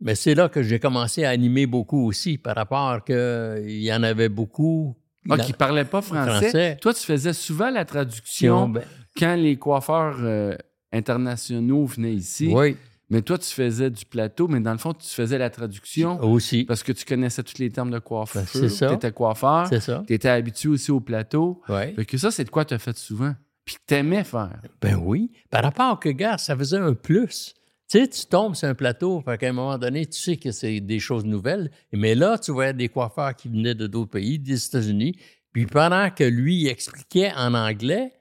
[SPEAKER 2] mais c'est là que j'ai commencé à animer beaucoup aussi par rapport que il y en avait beaucoup.
[SPEAKER 1] Ah,
[SPEAKER 2] dans-
[SPEAKER 1] qui parlait pas français.
[SPEAKER 2] Français.
[SPEAKER 1] Toi, tu faisais souvent la
[SPEAKER 2] qui ont-
[SPEAKER 1] traduction
[SPEAKER 2] ben,
[SPEAKER 1] quand les coiffeurs euh, internationaux venaient ici.
[SPEAKER 2] oui,
[SPEAKER 1] Mais toi, tu faisais du plateau, mais dans le fond, tu faisais la traduction.
[SPEAKER 2] aussi.
[SPEAKER 1] Parce que tu connaissais tous les termes de coiffeur.
[SPEAKER 2] Ben, c'est ça.
[SPEAKER 1] Tu étais coiffeur.
[SPEAKER 2] C'est ça.
[SPEAKER 1] Tu étais habitué aussi au plateau.
[SPEAKER 2] Oui.
[SPEAKER 1] Fait que ça, c'est de quoi tu as fait souvent. Puis que tu aimais faire.
[SPEAKER 2] Ben oui. Par rapport que, gars, ça faisait un plus. Tu sais, tu tombes sur un plateau, fait qu'à un moment donné, tu sais que c'est des choses nouvelles. Mais là, tu voyais des coiffeurs qui venaient de d'autres pays, des États-Unis. Puis pendant que lui il expliquait en anglais,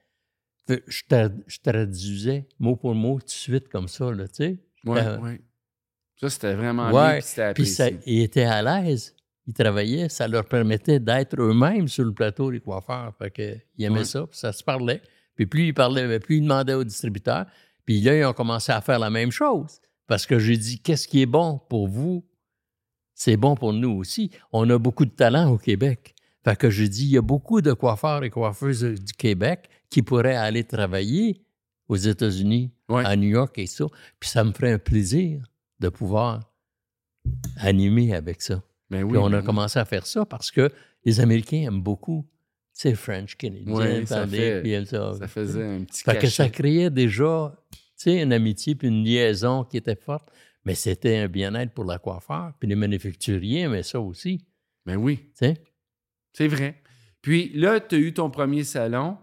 [SPEAKER 2] fait, je, tra- je traduisais mot pour mot tout de suite comme ça, là, tu sais.
[SPEAKER 1] Ouais,
[SPEAKER 2] Euh,
[SPEAKER 1] ouais. Ça, c'était vraiment
[SPEAKER 2] ouais.
[SPEAKER 1] bien. Puis c'était
[SPEAKER 2] Puis ça,
[SPEAKER 1] apprécié.
[SPEAKER 2] ils étaient à l'aise. Ils travaillaient. Ça leur permettait d'être eux-mêmes sur le plateau, les coiffeurs. Fait que, ils aimaient
[SPEAKER 1] Ouais.
[SPEAKER 2] ça, puis ça se parlait. Puis plus ils parlaient, ben, plus ils demandaient aux distributeurs. Puis là, ils ont commencé à faire la même chose. Parce que j'ai dit, qu'est-ce qui est bon pour vous? C'est bon pour nous aussi. On a beaucoup de talent au Québec. Fait que j'ai dit, il y a beaucoup de coiffeurs et coiffeuses du Québec qui pourraient aller travailler aux États-Unis,
[SPEAKER 1] Ouais.
[SPEAKER 2] à New York et ça. Puis ça me ferait un plaisir de pouvoir animer avec ça.
[SPEAKER 1] Ben
[SPEAKER 2] Puis
[SPEAKER 1] oui,
[SPEAKER 2] on
[SPEAKER 1] ben
[SPEAKER 2] a
[SPEAKER 1] oui.
[SPEAKER 2] commencé à faire ça parce que les Américains aiment beaucoup, tu sais, French Canadian,
[SPEAKER 1] Ouais, ça
[SPEAKER 2] parler,
[SPEAKER 1] fait-
[SPEAKER 2] puis ils aiment ça.
[SPEAKER 1] Ça faisait un petit
[SPEAKER 2] Fait que
[SPEAKER 1] cachet.
[SPEAKER 2] ça créait déjà, tu sais, une amitié puis une liaison qui était forte. Mais c'était un bien-être pour la coiffeur. Puis les manufacturiers mais ça aussi, tu
[SPEAKER 1] Ben oui,
[SPEAKER 2] sais.
[SPEAKER 1] c'est vrai. Puis là, tu as eu ton premier salon,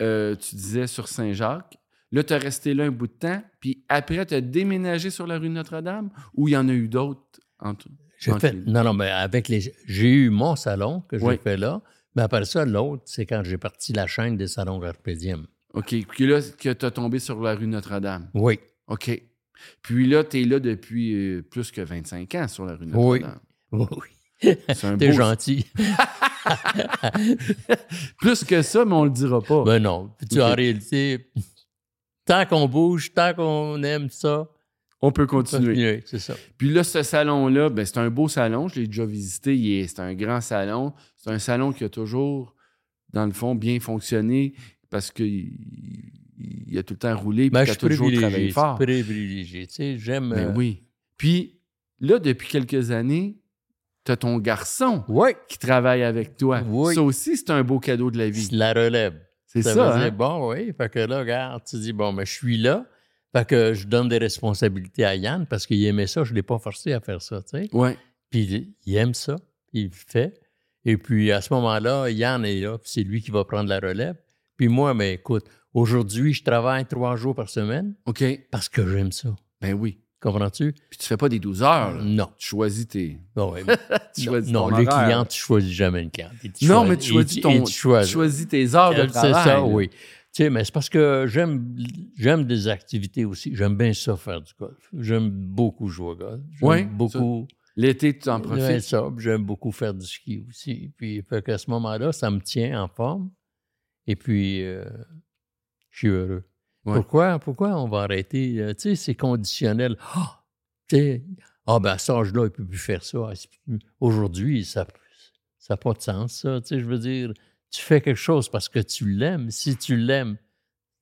[SPEAKER 1] euh, tu disais sur Saint-Jacques. Là, tu as resté là un bout de temps. Puis après, tu as déménagé sur la rue Notre-Dame ou il y en a eu d'autres? entre-
[SPEAKER 2] J'ai
[SPEAKER 1] Ok.
[SPEAKER 2] fait, non, non, mais avec les, j'ai eu mon salon que j'ai
[SPEAKER 1] Oui.
[SPEAKER 2] fait là. Mais après ça, l'autre, c'est quand j'ai parti la chaîne des salons Carpédium.
[SPEAKER 1] OK. Puis là, que tu as tombé sur la rue Notre-Dame.
[SPEAKER 2] Oui.
[SPEAKER 1] OK. Puis là, tu es là depuis euh, plus que 25 ans sur la rue
[SPEAKER 2] Oui.
[SPEAKER 1] Notre-Dame.
[SPEAKER 2] Oui.
[SPEAKER 1] C'est un
[SPEAKER 2] T'es
[SPEAKER 1] beau-
[SPEAKER 2] gentil.
[SPEAKER 1] Plus que ça, mais on le dira pas.
[SPEAKER 2] Ben non. Puis tu,
[SPEAKER 1] Ok.
[SPEAKER 2] en réalité, tant qu'on bouge, tant qu'on aime ça,
[SPEAKER 1] on peut continuer.
[SPEAKER 2] continuer, c'est ça.
[SPEAKER 1] Puis là, ce salon-là, ben, c'est un beau salon. Je l'ai déjà visité. Il est- C'est un grand salon. C'est un salon qui a toujours, dans le fond, bien fonctionné parce qu'il il a tout le temps roulé
[SPEAKER 2] Ben,
[SPEAKER 1] puis
[SPEAKER 2] je
[SPEAKER 1] qu'il a
[SPEAKER 2] suis
[SPEAKER 1] toujours
[SPEAKER 2] privilégié.
[SPEAKER 1] travaillé
[SPEAKER 2] je suis
[SPEAKER 1] fort.
[SPEAKER 2] Privilégié. Tu sais, j'aime.
[SPEAKER 1] Ben
[SPEAKER 2] euh,
[SPEAKER 1] oui. Puis là, depuis quelques années, tu as ton garçon
[SPEAKER 2] ouais,
[SPEAKER 1] qui travaille avec toi.
[SPEAKER 2] Oui.
[SPEAKER 1] Ça aussi, c'est un beau cadeau de la vie.
[SPEAKER 2] c'est la relève.
[SPEAKER 1] C'est
[SPEAKER 2] Ça,
[SPEAKER 1] ça.
[SPEAKER 2] veut
[SPEAKER 1] hein?
[SPEAKER 2] dire, bon, oui. Fait que là, regarde, tu dis, bon, mais je suis là. Fait que je donne des responsabilités à Yann parce qu'il aimait ça. Je ne l'ai pas forcé à faire ça, tu sais.
[SPEAKER 1] Ouais.
[SPEAKER 2] Puis il- il aime ça, il le fait. Et puis à ce moment-là, Yann est là, puis c'est lui qui va prendre la relève. Puis moi, ben écoute, aujourd'hui, je travaille trois jours par semaine
[SPEAKER 1] OK.
[SPEAKER 2] parce que j'aime ça.
[SPEAKER 1] Ben oui.
[SPEAKER 2] Comprends-tu?
[SPEAKER 1] Puis tu fais pas des 12 heures. Ah, là.
[SPEAKER 2] Non.
[SPEAKER 1] Tu choisis tes.
[SPEAKER 2] Non, ouais.
[SPEAKER 1] Tu
[SPEAKER 2] non,
[SPEAKER 1] choisis
[SPEAKER 2] non,
[SPEAKER 1] ton
[SPEAKER 2] les
[SPEAKER 1] horaire.
[SPEAKER 2] clients, tu choisis jamais une cliente. Et tu
[SPEAKER 1] Non,
[SPEAKER 2] choisis-
[SPEAKER 1] mais tu choisis
[SPEAKER 2] et
[SPEAKER 1] ton.
[SPEAKER 2] et tu choisis.
[SPEAKER 1] tu choisis tes heures de
[SPEAKER 2] C'est
[SPEAKER 1] travail.
[SPEAKER 2] ça,
[SPEAKER 1] là.
[SPEAKER 2] oui. Tu sais, mais c'est parce que j'aime j'aime des activités aussi. J'aime bien ça faire du golf. J'aime beaucoup jouer au golf. J'aime
[SPEAKER 1] Ouais,
[SPEAKER 2] beaucoup
[SPEAKER 1] L'été, tu en profites.
[SPEAKER 2] Ouais, ça, puis j'aime beaucoup faire du ski aussi. Puis fait qu'à ce moment-là, ça me tient en forme. Et puis, euh, je suis heureux.
[SPEAKER 1] Ouais.
[SPEAKER 2] Pourquoi, pourquoi on va arrêter? euh, tu sais, c'est conditionnel. Ah! Tu sais, ah ben à cet âge-là, il ne peut plus faire ça. Ah, c'est plus- Aujourd'hui, ça n'a pas de sens, ça. Tu sais, je veux dire, tu fais quelque chose parce que tu l'aimes. Si tu l'aimes,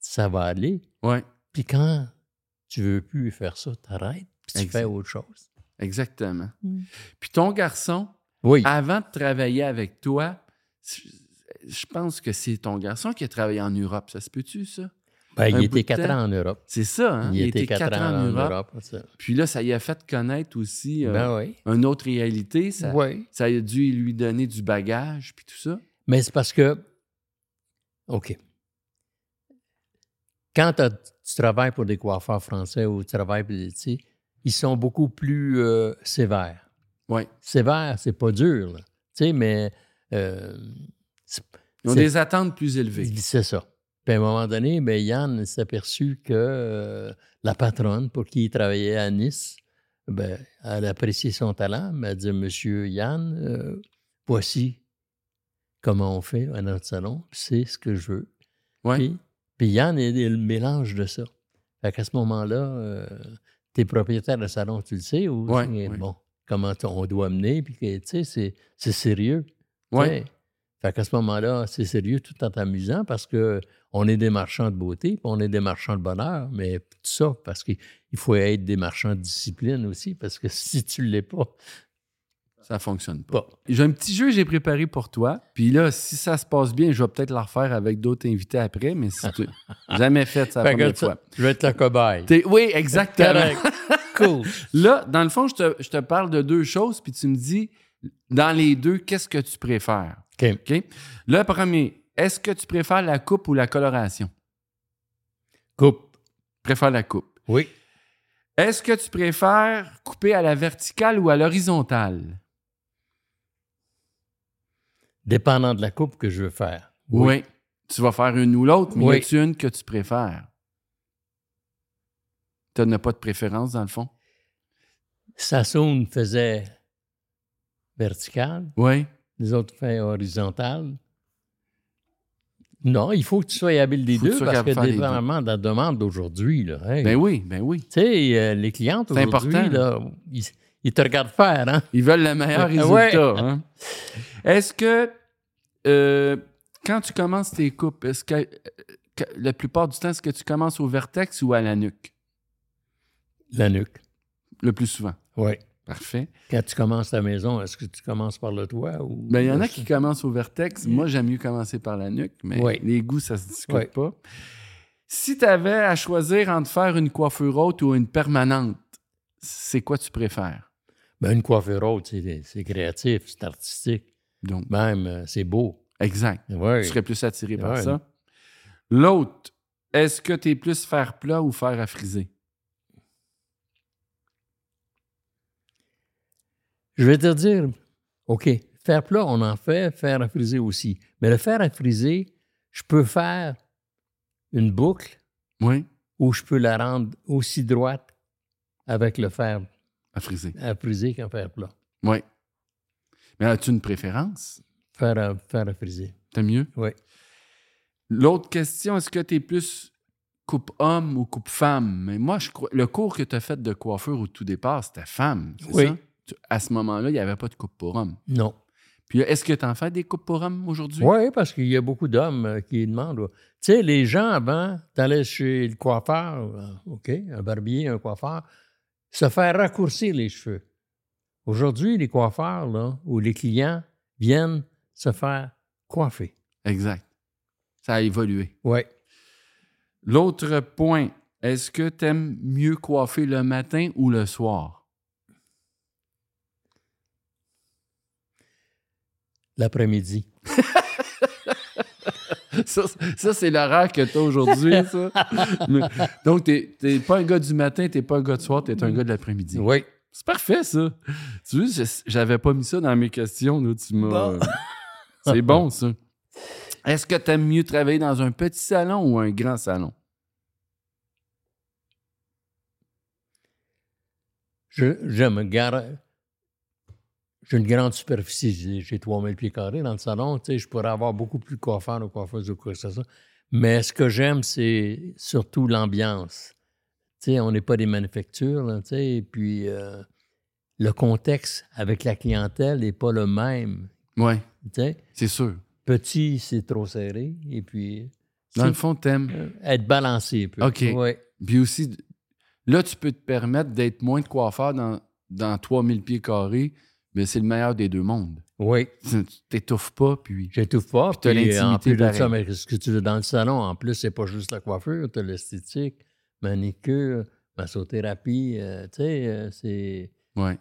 [SPEAKER 2] ça va aller.
[SPEAKER 1] Ouais,
[SPEAKER 2] Puis quand tu veux plus faire ça, t'arrêtes, puis tu
[SPEAKER 1] Exact.
[SPEAKER 2] fais autre chose.
[SPEAKER 1] exactement.
[SPEAKER 2] Mm.
[SPEAKER 1] Puis ton garçon,
[SPEAKER 2] Oui.
[SPEAKER 1] avant de travailler avec toi, je- je pense que c'est ton garçon qui a travaillé en Europe. Ça se peut-tu, ça?
[SPEAKER 2] Ben,
[SPEAKER 1] un
[SPEAKER 2] il
[SPEAKER 1] bout de
[SPEAKER 2] était quatre
[SPEAKER 1] temps.
[SPEAKER 2] ans en Europe.
[SPEAKER 1] C'est ça, hein?
[SPEAKER 2] il, était quatre, ans, en Europe. ça.
[SPEAKER 1] Puis là, ça y a fait connaître aussi euh,
[SPEAKER 2] Ben oui.
[SPEAKER 1] une autre réalité. Ça,
[SPEAKER 2] Oui.
[SPEAKER 1] ça a dû lui donner du bagage, puis tout ça.
[SPEAKER 2] Mais c'est parce que, OK. Quand t'as- tu travailles pour des coiffeurs français ou tu travailles pour des, tu sais, ils sont beaucoup plus euh, sévères.
[SPEAKER 1] Oui.
[SPEAKER 2] Sévères, c'est pas dur, là. Tu sais, mais euh, c'est-
[SPEAKER 1] Ils ont
[SPEAKER 2] c'est-
[SPEAKER 1] des attentes plus élevées.
[SPEAKER 2] C'est ça. Puis à un moment donné, ben, Yann s'est aperçu que euh, la patronne pour qui il travaillait à Nice, ben, elle appréciait son talent, mais elle dit Monsieur Yann, euh, voici comment on fait à notre salon, c'est ce que je veux.
[SPEAKER 1] Ouais.
[SPEAKER 2] Puis, puis Yann est, est le mélange de ça. Fait qu'à ce moment-là, euh, t'es propriétaire de salon, tu le sais, ou
[SPEAKER 1] Ouais,
[SPEAKER 2] c'est-
[SPEAKER 1] ouais.
[SPEAKER 2] bon, comment t- on doit mener, puis que, tu sais, c'est- c'est sérieux.
[SPEAKER 1] Ouais.
[SPEAKER 2] T'sais, Fait qu'à ce moment-là, c'est sérieux tout en t'amusant parce que on est des marchands de beauté, puis on est des marchands de bonheur, mais tout ça, parce qu'il faut être des marchands de discipline aussi, parce que si tu ne l'es pas,
[SPEAKER 1] Ça fonctionne pas.
[SPEAKER 2] pas.
[SPEAKER 1] J'ai un petit jeu que j'ai préparé pour toi. Puis là, si ça se passe bien, je vais peut-être la refaire avec d'autres invités après, mais si tu jamais fait ça la
[SPEAKER 2] Fait que
[SPEAKER 1] première
[SPEAKER 2] ça,
[SPEAKER 1] fois.
[SPEAKER 2] je vais être la cobaye.
[SPEAKER 1] T'es- Oui, exactement.
[SPEAKER 2] Correct. cool.
[SPEAKER 1] Là, dans le fond, je te, je te parle de deux choses, puis tu me dis, dans les deux, qu'est-ce que tu préfères?
[SPEAKER 2] OK.
[SPEAKER 1] OK? Le premier, est-ce que tu préfères la coupe ou la coloration?
[SPEAKER 2] Coupe.
[SPEAKER 1] Préfère la coupe.
[SPEAKER 2] Oui.
[SPEAKER 1] Est-ce que tu préfères couper à la verticale ou à l'horizontale?
[SPEAKER 2] Dépendant de la coupe que je veux faire.
[SPEAKER 1] Tu vas faire une ou l'autre, mais
[SPEAKER 2] Oui.
[SPEAKER 1] y a-tu une que tu préfères? Tu n'as pas de préférence, dans le fond?
[SPEAKER 2] Sassoon faisait vertical,
[SPEAKER 1] Oui.
[SPEAKER 2] les autres faisaient horizontal. Non, il faut que tu sois habile des
[SPEAKER 1] Faut que tu
[SPEAKER 2] deux
[SPEAKER 1] sois
[SPEAKER 2] parce
[SPEAKER 1] capable
[SPEAKER 2] que
[SPEAKER 1] de faire les
[SPEAKER 2] dépendamment de la demande d'aujourd'hui, là, hey,
[SPEAKER 1] Ben oui, ben oui.
[SPEAKER 2] Tu sais, euh, les clientes
[SPEAKER 1] C'est important.
[SPEAKER 2] aujourd'hui, là, ils, ils te regardent faire, hein?
[SPEAKER 1] Ils veulent le meilleur
[SPEAKER 2] Ouais.
[SPEAKER 1] résultat. hein. Est-ce que euh, quand tu commences tes coupes, est-ce que euh, que- la plupart du temps, est-ce que tu commences au vertex ou à la nuque?
[SPEAKER 2] La nuque.
[SPEAKER 1] Le plus souvent.
[SPEAKER 2] Oui.
[SPEAKER 1] Parfait.
[SPEAKER 2] Quand tu commences ta maison, est-ce que tu commences par le toit ou.
[SPEAKER 1] Ben, il y en a qui commencent au vertex. Moi, j'aime mieux commencer par la nuque, mais
[SPEAKER 2] Mm. Oui.
[SPEAKER 1] les goûts, ça se discute
[SPEAKER 2] Oui.
[SPEAKER 1] pas. Si tu avais à choisir entre faire une coiffure haute ou une permanente, c'est quoi tu préfères?
[SPEAKER 2] Ben, une coiffure haute, c'est, c'est créatif, c'est artistique.
[SPEAKER 1] Donc,
[SPEAKER 2] Même, euh, c'est beau.
[SPEAKER 1] exact.
[SPEAKER 2] Ouais.
[SPEAKER 1] Tu serais plus attiré par
[SPEAKER 2] Ouais.
[SPEAKER 1] ça. L'autre, est-ce que tu es plus faire plat ou faire à friser?
[SPEAKER 2] Je vais te dire, OK, faire plat, on en fait, faire à friser aussi. Mais le faire à friser, je peux faire une boucle
[SPEAKER 1] Oui,
[SPEAKER 2] ou je peux la rendre aussi droite avec le fer
[SPEAKER 1] à friser.
[SPEAKER 2] à friser qu'en fer plat.
[SPEAKER 1] Oui. Mais as-tu une préférence?
[SPEAKER 2] Faire à, faire à friser.
[SPEAKER 1] T'as mieux?
[SPEAKER 2] Oui.
[SPEAKER 1] L'autre question, est-ce que tu es plus coupe homme ou coupe femme? Mais moi, je crois, le cours que tu as fait de coiffure au tout départ, c'était femme. c'est
[SPEAKER 2] Oui.
[SPEAKER 1] ça? Tu- À ce moment-là, il n'y avait pas de coupe pour homme.
[SPEAKER 2] Non.
[SPEAKER 1] Puis là, est-ce que tu en fais des coupes pour homme aujourd'hui?
[SPEAKER 2] Oui, parce qu'il y a beaucoup d'hommes euh, qui demandent. ouais. Tu sais, les gens avant, t'allais chez le coiffeur, euh, OK, un barbier, un coiffeur, se faire raccourcir les cheveux. Aujourd'hui, les coiffeurs, là, ou les clients viennent se faire coiffer.
[SPEAKER 1] Exact. Ça a évolué.
[SPEAKER 2] Oui.
[SPEAKER 1] L'autre point, est-ce que tu aimes mieux coiffer le matin ou le soir?
[SPEAKER 2] L'après-midi.
[SPEAKER 1] Ça, ça, c'est l'horaire que tu as aujourd'hui, ça. Mais- donc, tu n'es pas un gars du matin, tu pas un gars de soir, tu es un gars de l'après-midi.
[SPEAKER 2] Oui.
[SPEAKER 1] C'est parfait, ça. Tu vois, je- j'avais pas mis ça dans mes questions. là, tu m'as-
[SPEAKER 2] Bon.
[SPEAKER 1] c'est bon, ça. Est-ce que tu aimes mieux travailler dans un petit salon ou un grand salon?
[SPEAKER 2] Je, je me gar- j'ai une grande superficie. J'ai- J'ai 3000 pieds carrés dans le salon. Tu sais, je pourrais avoir beaucoup plus de coiffeurs ou coiffeuses ou quoi que ce soit. Mais ce que j'aime, c'est surtout l'ambiance. Tu sais, on n'est pas des manufactures, là, tu sais, et puis euh, le contexte avec la clientèle n'est pas le même.
[SPEAKER 1] Oui,
[SPEAKER 2] tu sais.
[SPEAKER 1] c'est sûr.
[SPEAKER 2] Petit, c'est trop serré, et puis
[SPEAKER 1] Dans le fond, t'aimes.
[SPEAKER 2] euh, être balancé un peu.
[SPEAKER 1] OK.
[SPEAKER 2] Ouais.
[SPEAKER 1] Puis aussi, là, tu peux te permettre d'être moins de coiffeur dans, dans 3000 pieds carrés, mais c'est le meilleur des deux mondes.
[SPEAKER 2] Oui,
[SPEAKER 1] Tu tu t'étouffes pas, puis.
[SPEAKER 2] j'étouffe pas.
[SPEAKER 1] Puis t'as
[SPEAKER 2] puis euh,
[SPEAKER 1] l'intimité
[SPEAKER 2] en plus de
[SPEAKER 1] pareil.
[SPEAKER 2] ça, mais ce que tu veux dans le salon, en plus, c'est pas juste la coiffure, t'as l'esthétique, manicure, massothérapie, euh, tu sais, euh, c'est...
[SPEAKER 1] Ouais.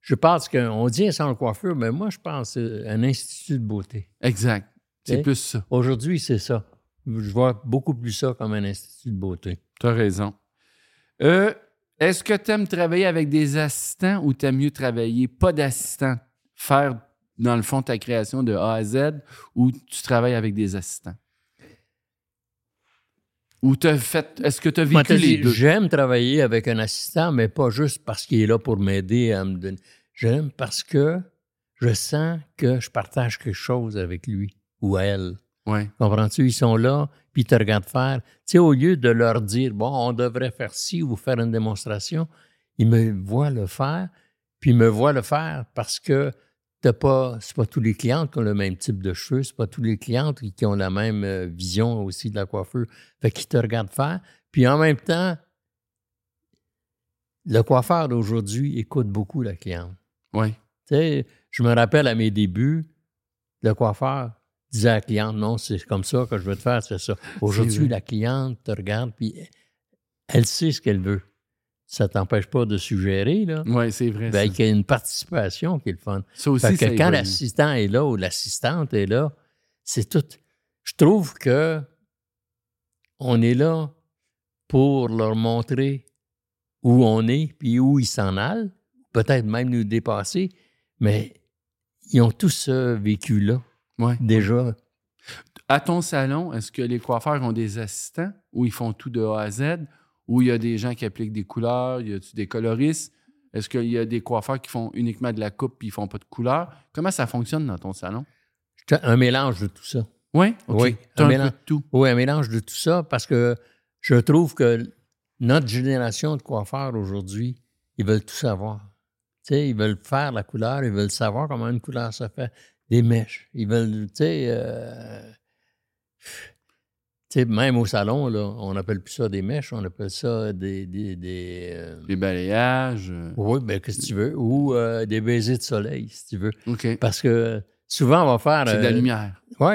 [SPEAKER 2] Je pense qu'on dit sans le coiffure, mais moi, je pense euh, un institut de beauté.
[SPEAKER 1] Exact. C'est
[SPEAKER 2] Eh?
[SPEAKER 1] plus ça.
[SPEAKER 2] Aujourd'hui, c'est ça. Je vois beaucoup plus ça comme un institut de beauté.
[SPEAKER 1] T'as raison. Euh, Est-ce que t'aimes travailler avec des assistants ou t'aimes mieux travailler pas d'assistants? Faire, dans le fond, ta création de A à Z ou tu travailles avec des assistants? Ou t'as fait. Est-ce que t'as
[SPEAKER 2] Moi,
[SPEAKER 1] vécu
[SPEAKER 2] t'as dit,
[SPEAKER 1] les deux?
[SPEAKER 2] J'aime travailler avec un assistant, mais pas juste parce qu'il est là pour m'aider à me donner. J'aime parce que je sens que je partage quelque chose avec lui ou elle.
[SPEAKER 1] Ouais.
[SPEAKER 2] Comprends-tu? Ils sont là, puis ils te regardent faire. Tu sais, au lieu de leur dire, bon, on devrait faire ci ou faire une démonstration, ils me voient le faire, puis ils me voient le faire parce que t'as pas, c'est pas tous les clients qui ont le même type de cheveux, c'est pas tous les clients qui qui ont la même euh, vision aussi de la coiffure. Fait qu'ils te regardent faire, puis en même temps, le coiffeur d'aujourd'hui écoute beaucoup la cliente.
[SPEAKER 1] Ouais.
[SPEAKER 2] Tu sais, je me rappelle à mes débuts, le coiffeur disait à la cliente, non, c'est comme ça que je veux te faire, c'est ça. Aujourd'hui,
[SPEAKER 1] vrai.
[SPEAKER 2] la cliente te regarde, puis elle sait ce qu'elle veut. Ça t'empêche pas de suggérer, là.
[SPEAKER 1] Ouais, c'est vrai.
[SPEAKER 2] Ben,
[SPEAKER 1] ça.
[SPEAKER 2] qu'il y a une participation qui est le fun.
[SPEAKER 1] Ça aussi,
[SPEAKER 2] Fait
[SPEAKER 1] ça
[SPEAKER 2] que quand
[SPEAKER 1] évolue.
[SPEAKER 2] l'assistant est là ou l'assistante est là, c'est tout. Je trouve que on est là pour leur montrer où on est puis où ils s'en allent, peut-être même nous dépasser, mais ils ont tous ce vécu-là
[SPEAKER 1] Ouais.
[SPEAKER 2] déjà.
[SPEAKER 1] À ton salon, est-ce que les coiffeurs ont des assistants où ils font tout de A à Z, où il y a des gens qui appliquent des couleurs, il y a des coloristes? Est-ce qu'il y a des coiffeurs qui font uniquement de la coupe puis ils font pas de couleur? Comment ça fonctionne dans ton salon?
[SPEAKER 2] Un mélange de tout ça.
[SPEAKER 1] Oui? OK.
[SPEAKER 2] Oui,
[SPEAKER 1] T'as
[SPEAKER 2] un
[SPEAKER 1] un peu
[SPEAKER 2] mélange.
[SPEAKER 1] de tout.
[SPEAKER 2] Oui, un mélange de tout ça parce que je trouve que notre génération de coiffeurs aujourd'hui, ils veulent tout savoir. Tu sais, ils veulent faire la couleur, ils veulent savoir comment une couleur se fait, des mèches. Ils veulent, tu sais, euh, tu sais, même au salon, là, on n'appelle plus ça des mèches, on appelle ça des. des, des, euh,
[SPEAKER 1] Les balayages. euh,
[SPEAKER 2] oui, ben, qu'est-ce que tu veux? Ou euh, des baisers de soleil, si tu veux.
[SPEAKER 1] OK. C'est
[SPEAKER 2] Parce que souvent, on va faire.
[SPEAKER 1] de la
[SPEAKER 2] euh,
[SPEAKER 1] lumière.
[SPEAKER 2] oui.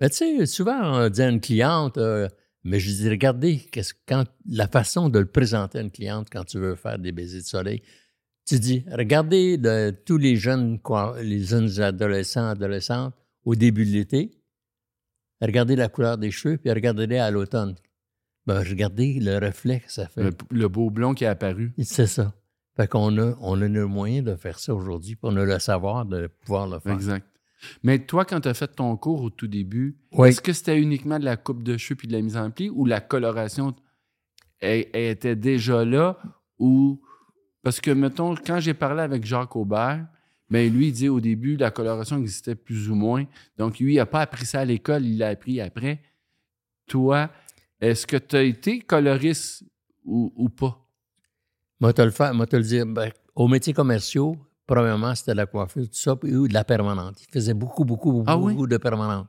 [SPEAKER 2] Mais Ben, tu sais, souvent, on dit à une cliente, euh, mais je dis, regardez, qu'est-ce- quand, la façon de le présenter à une cliente quand tu veux faire des baisers de soleil, tu dis, regardez le- tous les jeunes, coi- les jeunes adolescents, adolescentes, au début de l'été, regardez la couleur des cheveux, puis regardez-les à l'automne. Ben, regardez le reflet que ça fait.
[SPEAKER 1] Le, le beau blond qui est apparu.
[SPEAKER 2] C'est ça. Fait qu'on a, on a le moyen de faire ça aujourd'hui, puis on a le savoir de pouvoir le faire.
[SPEAKER 1] Exact. Mais toi, quand tu as fait ton cours au tout début,
[SPEAKER 2] Oui.
[SPEAKER 1] Est-ce que c'était uniquement de la coupe de cheveux puis de la mise en pli ou la coloration elle- elle était déjà là ou parce que mettons quand j'ai parlé avec Jacques Aubert, ben lui il dit au début la coloration existait plus ou moins. Donc lui il a pas appris ça à l'école, il l'a appris après. Toi, est-ce que tu as été coloriste ou, ou pas
[SPEAKER 2] Moi, te le faire, moi, te le dire. ben, aux métiers commerciaux, premièrement, c'était la coiffure, tout ça, puis ou de la permanente. Il faisait beaucoup, beaucoup, beaucoup,
[SPEAKER 1] Ah oui?
[SPEAKER 2] beaucoup de permanente.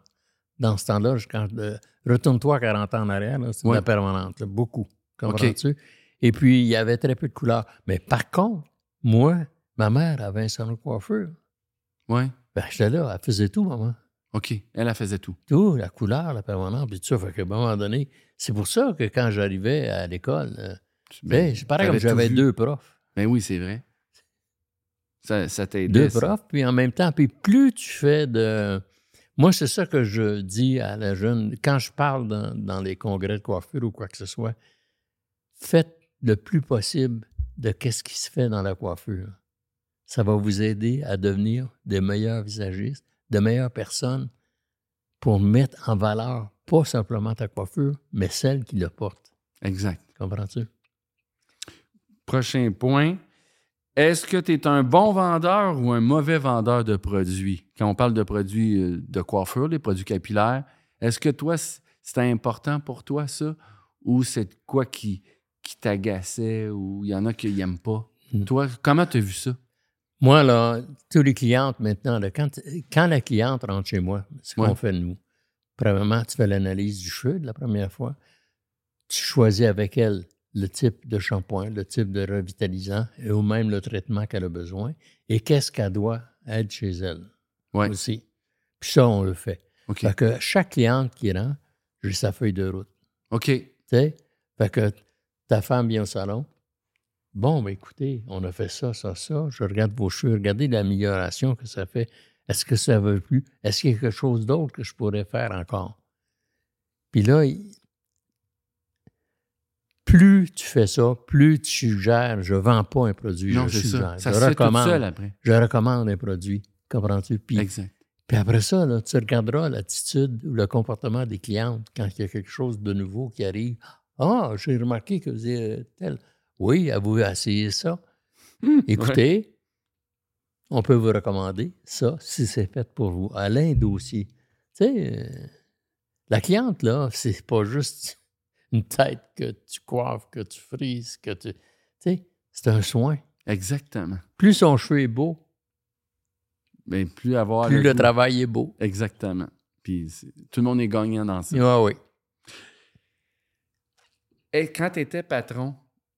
[SPEAKER 2] Dans ce temps-là, je- quand je- retourne-toi 40 ans en arrière, là, c'était
[SPEAKER 1] Ouais.
[SPEAKER 2] de la permanente, là, beaucoup. Comprends-tu? Et puis, il y avait très peu de couleurs. Mais par contre, moi, ma mère avait un salon de coiffure.
[SPEAKER 1] Ouais.
[SPEAKER 2] Ben, j'étais là, elle faisait tout, maman.
[SPEAKER 1] OK, elle elle faisait tout.
[SPEAKER 2] Tout, la couleur, la permanente, puis tout ça. Fait qu'à un moment donné, c'est pour ça que quand j'arrivais à l'école, euh, ben, c'est pareil comme
[SPEAKER 1] t'avais tout
[SPEAKER 2] j'avais
[SPEAKER 1] vu.
[SPEAKER 2] deux profs.
[SPEAKER 1] Ben oui, c'est vrai. Ça, ça t'aidait.
[SPEAKER 2] deux
[SPEAKER 1] ça.
[SPEAKER 2] profs, puis en même temps, puis plus tu fais de... Moi, c'est ça que je dis à la jeune, quand je parle dans, dans les congrès de coiffure ou quoi que ce soit, faites le plus possible de qu'est-ce qui se fait dans la coiffure. Ça va vous aider à devenir des meilleurs visagistes, de meilleures personnes pour mettre en valeur pas simplement ta coiffure, mais celle qui le porte.
[SPEAKER 1] Exact.
[SPEAKER 2] Comprends-tu?
[SPEAKER 1] Prochain point. Est-ce que tu es un bon vendeur ou un mauvais vendeur de produits? Quand on parle de produits euh, de coiffure, les produits capillaires, est-ce que toi, c- c'était important pour toi, ça? Ou c'est de quoi qui, qui t'agaçait ou il y en a qui n'aiment pas?
[SPEAKER 2] Mm.
[SPEAKER 1] Toi, comment tu as vu ça?
[SPEAKER 2] Moi, là, tous les clientes maintenant, là, quand, quand la cliente rentre chez moi, ce
[SPEAKER 1] Ouais.
[SPEAKER 2] qu'on fait nous, premièrement, tu fais l'analyse du cheveu de la première fois. Tu choisis avec elle le type de shampoing, le type de revitalisant et ou même le traitement qu'elle a besoin et qu'est-ce qu'elle doit être chez elle
[SPEAKER 1] Ouais.
[SPEAKER 2] aussi. Puis ça, on le fait.
[SPEAKER 1] OK.
[SPEAKER 2] Fait que chaque cliente qui rentre, j'ai sa feuille de route.
[SPEAKER 1] OK.
[SPEAKER 2] Tu sais? Fait que ta femme vient au salon. Bon, ben écoutez, on a fait ça, ça, ça. Je regarde vos cheveux. Regardez l'amélioration que ça fait. Est-ce que ça veut plus? Est-ce qu'il y a quelque chose d'autre que je pourrais faire encore? Puis là, il- plus tu fais ça, plus tu suggères. Je ne vends pas un produit,
[SPEAKER 1] Non,
[SPEAKER 2] je
[SPEAKER 1] c'est
[SPEAKER 2] suggère.
[SPEAKER 1] ça. Ça
[SPEAKER 2] je
[SPEAKER 1] se fait tout
[SPEAKER 2] recommande.
[SPEAKER 1] seul après.
[SPEAKER 2] Je recommande un produit. Comprends-tu? Puis
[SPEAKER 1] Exact.
[SPEAKER 2] puis après ça, là, tu regarderas l'attitude ou le comportement des clientes quand il y a quelque chose de nouveau qui arrive. Ah, j'ai remarqué que vous avez tel. Oui, avez-vous essayé ça? Hmm. Écoutez, on peut vous recommander ça si c'est fait pour vous. À l'un dossier. Tu sais, euh, la cliente, là, c'est pas juste une tête que tu coiffes, que tu frises, que tu. Tu sais, c'est un soin.
[SPEAKER 1] Exactement.
[SPEAKER 2] Plus son cheveu est beau,
[SPEAKER 1] Mais plus avoir.
[SPEAKER 2] plus le
[SPEAKER 1] goût.
[SPEAKER 2] travail est beau.
[SPEAKER 1] Exactement. Puis c'est- tout le monde est gagnant dans ça.
[SPEAKER 2] Ah oui.
[SPEAKER 1] Et quand tu étais patron,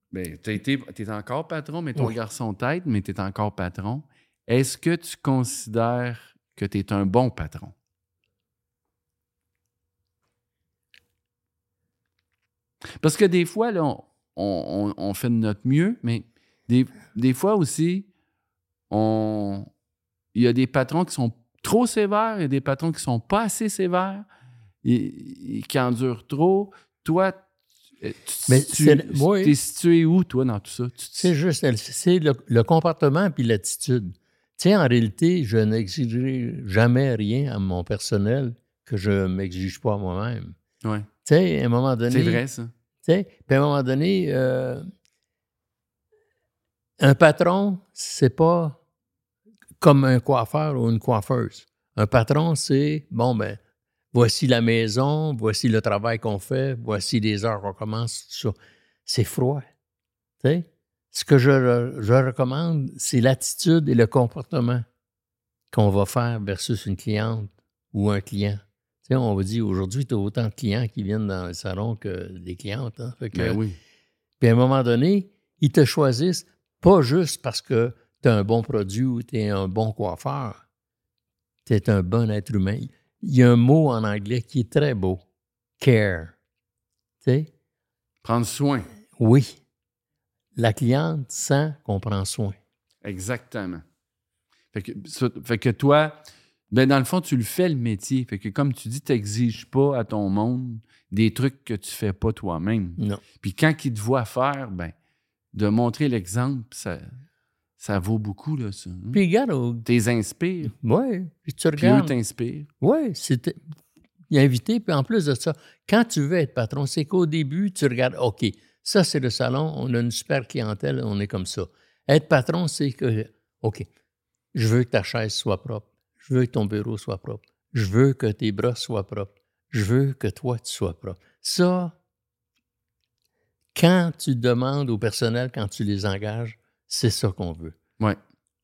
[SPEAKER 1] ben, tu es encore patron, mais ton
[SPEAKER 2] Oui.
[SPEAKER 1] garçon tête, mais tu es encore patron. Est-ce que tu considères que tu es un bon patron? Parce que des fois, là, on, on- on fait de notre mieux, mais des, des fois aussi, on- il y a des patrons qui sont trop sévères, il y a des patrons qui sont pas assez sévères, et- et qui endurent trop. Toi, tu,
[SPEAKER 2] Mais
[SPEAKER 1] tu,
[SPEAKER 2] c'est- oui.
[SPEAKER 1] es situé où, toi, dans tout ça? Tu te
[SPEAKER 2] C'est juste, elle- c'est le, le comportement puis l'attitude. Tu sais, en réalité, je n'exigerai jamais rien à mon personnel que je ne m'exige pas à moi-même.
[SPEAKER 1] Ouais.
[SPEAKER 2] Tu sais, à un moment donné.
[SPEAKER 1] C'est vrai, ça.
[SPEAKER 2] Tu sais, puis à un moment donné, euh, un patron, c'est pas comme un coiffeur ou une coiffeuse. Un patron, c'est bon, ben, voici la maison, voici le travail qu'on fait, voici les heures qu'on commence, tout ça. C'est froid. Tu sais, ce que je, re- je recommande, c'est l'attitude et le comportement qu'on va faire versus une cliente ou un client. Tu sais, on vous dit aujourd'hui, tu as autant de clients qui viennent dans le salon que des clientes. hein. Fait que-
[SPEAKER 1] Ben oui.
[SPEAKER 2] puis à un moment donné, ils te choisissent pas juste parce que tu as un bon produit ou tu es un bon coiffeur. Tu es un bon être humain. Il y a un mot en anglais qui est très beau. Care. Tu sais?
[SPEAKER 1] Prendre soin.
[SPEAKER 2] Oui. La cliente sent qu'on prend soin.
[SPEAKER 1] Exactement. Fait que, ça- fait que toi, ben dans le fond, tu le fais le métier. Fait que comme tu dis, tu n'exiges pas à ton monde des trucs que tu fais pas toi-même.
[SPEAKER 2] Non.
[SPEAKER 1] Puis quand ils te voient faire, ben de montrer l'exemple, ça, ça vaut beaucoup, là, ça. hein?
[SPEAKER 2] Puis regarde, au-
[SPEAKER 1] T'es inspires,
[SPEAKER 2] ouais, puis tu
[SPEAKER 1] puis eux
[SPEAKER 2] regardes.
[SPEAKER 1] t'inspirent.
[SPEAKER 2] Oui, c'était il est invité. Puis en plus de ça, quand tu veux être patron, c'est qu'au début, tu regardes, OK, ça c'est le salon, on a une super clientèle, on est comme ça. Être patron, c'est que, OK, je veux que ta chaise soit propre, je veux que ton bureau soit propre, je veux que tes bras soient propres, je veux que toi, tu sois propre. Ça, quand tu demandes au personnel, quand tu les engages, c'est ça qu'on veut.
[SPEAKER 1] Ouais.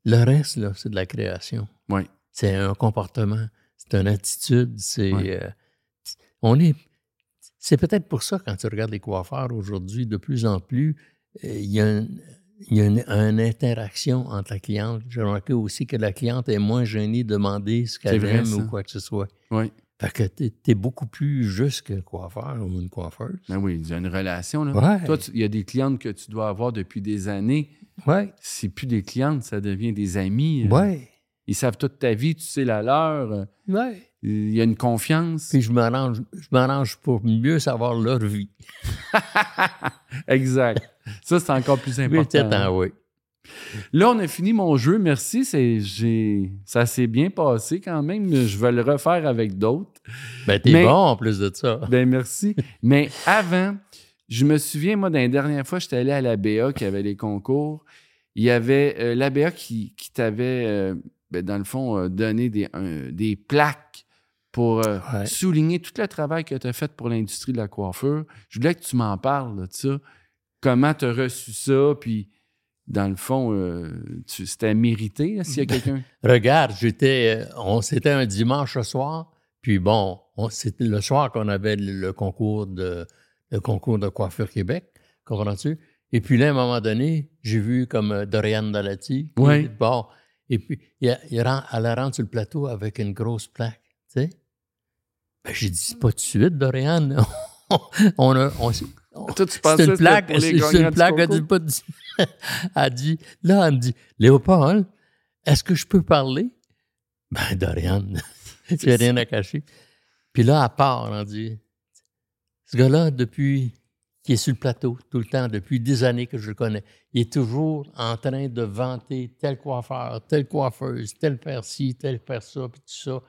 [SPEAKER 2] Le reste, là, c'est de la création.
[SPEAKER 1] Ouais.
[SPEAKER 2] C'est un comportement, c'est une attitude, c'est.
[SPEAKER 1] Ouais.
[SPEAKER 2] euh, on est. C'est peut-être pour ça, quand tu regardes les coiffeurs aujourd'hui, de plus en plus, euh, il y a, un- il y a une, une interaction entre la cliente. J'ai remarqué aussi que la cliente est moins gênée de demander ce
[SPEAKER 1] C'est
[SPEAKER 2] qu'elle
[SPEAKER 1] vrai,
[SPEAKER 2] aime
[SPEAKER 1] ça.
[SPEAKER 2] ou quoi que ce soit.
[SPEAKER 1] Oui.
[SPEAKER 2] Fait que t'es es beaucoup plus juste qu'un coiffeur ou une coiffeuse.
[SPEAKER 1] Ben oui, il y a une relation, là.
[SPEAKER 2] Ouais.
[SPEAKER 1] Toi, tu- il y a des clientes que tu dois avoir depuis des années.
[SPEAKER 2] Ouais.
[SPEAKER 1] C'est plus des clientes, ça devient des amis. euh.
[SPEAKER 2] Ouais.
[SPEAKER 1] Ils savent toute ta vie, tu sais la leur. euh,
[SPEAKER 2] Ouais.
[SPEAKER 1] Il y a une confiance.
[SPEAKER 2] Puis je m'arrange, je m'arrange pour mieux savoir leur vie.
[SPEAKER 1] Exact. Ça, c'est encore plus important.
[SPEAKER 2] Peut-être, ah oui.
[SPEAKER 1] Là, on a fini mon jeu. Merci. C'est, j'ai, ça s'est bien passé quand même. Je vais le refaire avec d'autres.
[SPEAKER 2] Ben, t'es
[SPEAKER 1] Mais-
[SPEAKER 2] bon en plus de ça.
[SPEAKER 1] Ben merci. Mais avant, je me souviens, moi, dans les dernières fois, j'étais allé à la BA qui avait les concours. Il y avait euh, l'ABA qui, qui t'avait, euh, ben, dans le fond, euh, donné des, un- des plaques pour euh,
[SPEAKER 2] Ouais.
[SPEAKER 1] souligner tout le travail que tu as fait pour l'industrie de la coiffure. Je voulais que tu m'en parles là, de ça. Comment tu as reçu ça? Puis, dans le fond, euh, tu- c'était mérité là, s'il y a quelqu'un.
[SPEAKER 2] Regarde, j'étais, euh, on c'était un dimanche soir, puis bon, on- c'était le soir qu'on avait le, le concours de le concours de coiffure Québec, comprends-tu Et puis là, à un moment donné, j'ai vu comme euh, Dorian Dalati, qui-
[SPEAKER 1] Ouais.
[SPEAKER 2] bon, et puis il, a- il rend- elle la rentre sur le plateau avec une grosse plaque, tu sais. Ben, j'ai dit c'est pas tout de suite, Dorian. on a, on, s- on-
[SPEAKER 1] Toi, tu
[SPEAKER 2] c'est
[SPEAKER 1] pensais que
[SPEAKER 2] une
[SPEAKER 1] c'était
[SPEAKER 2] plaque,
[SPEAKER 1] pour les
[SPEAKER 2] c'est c'est
[SPEAKER 1] gagnants
[SPEAKER 2] une
[SPEAKER 1] du
[SPEAKER 2] plaque, elle
[SPEAKER 1] concours?
[SPEAKER 2] dit pas. du- elle dit, là, elle me dit, Léopold, est-ce que je peux parler? Ben, Dorian, j'ai rien à cacher. Puis là, à part, on dit, ce gars-là, depuis qui est sur le plateau tout le temps, depuis des années que je le connais, il est toujours en train de vanter tel coiffeur, telle coiffeuse, tel faire ci, tel faire ça, puis tout ça.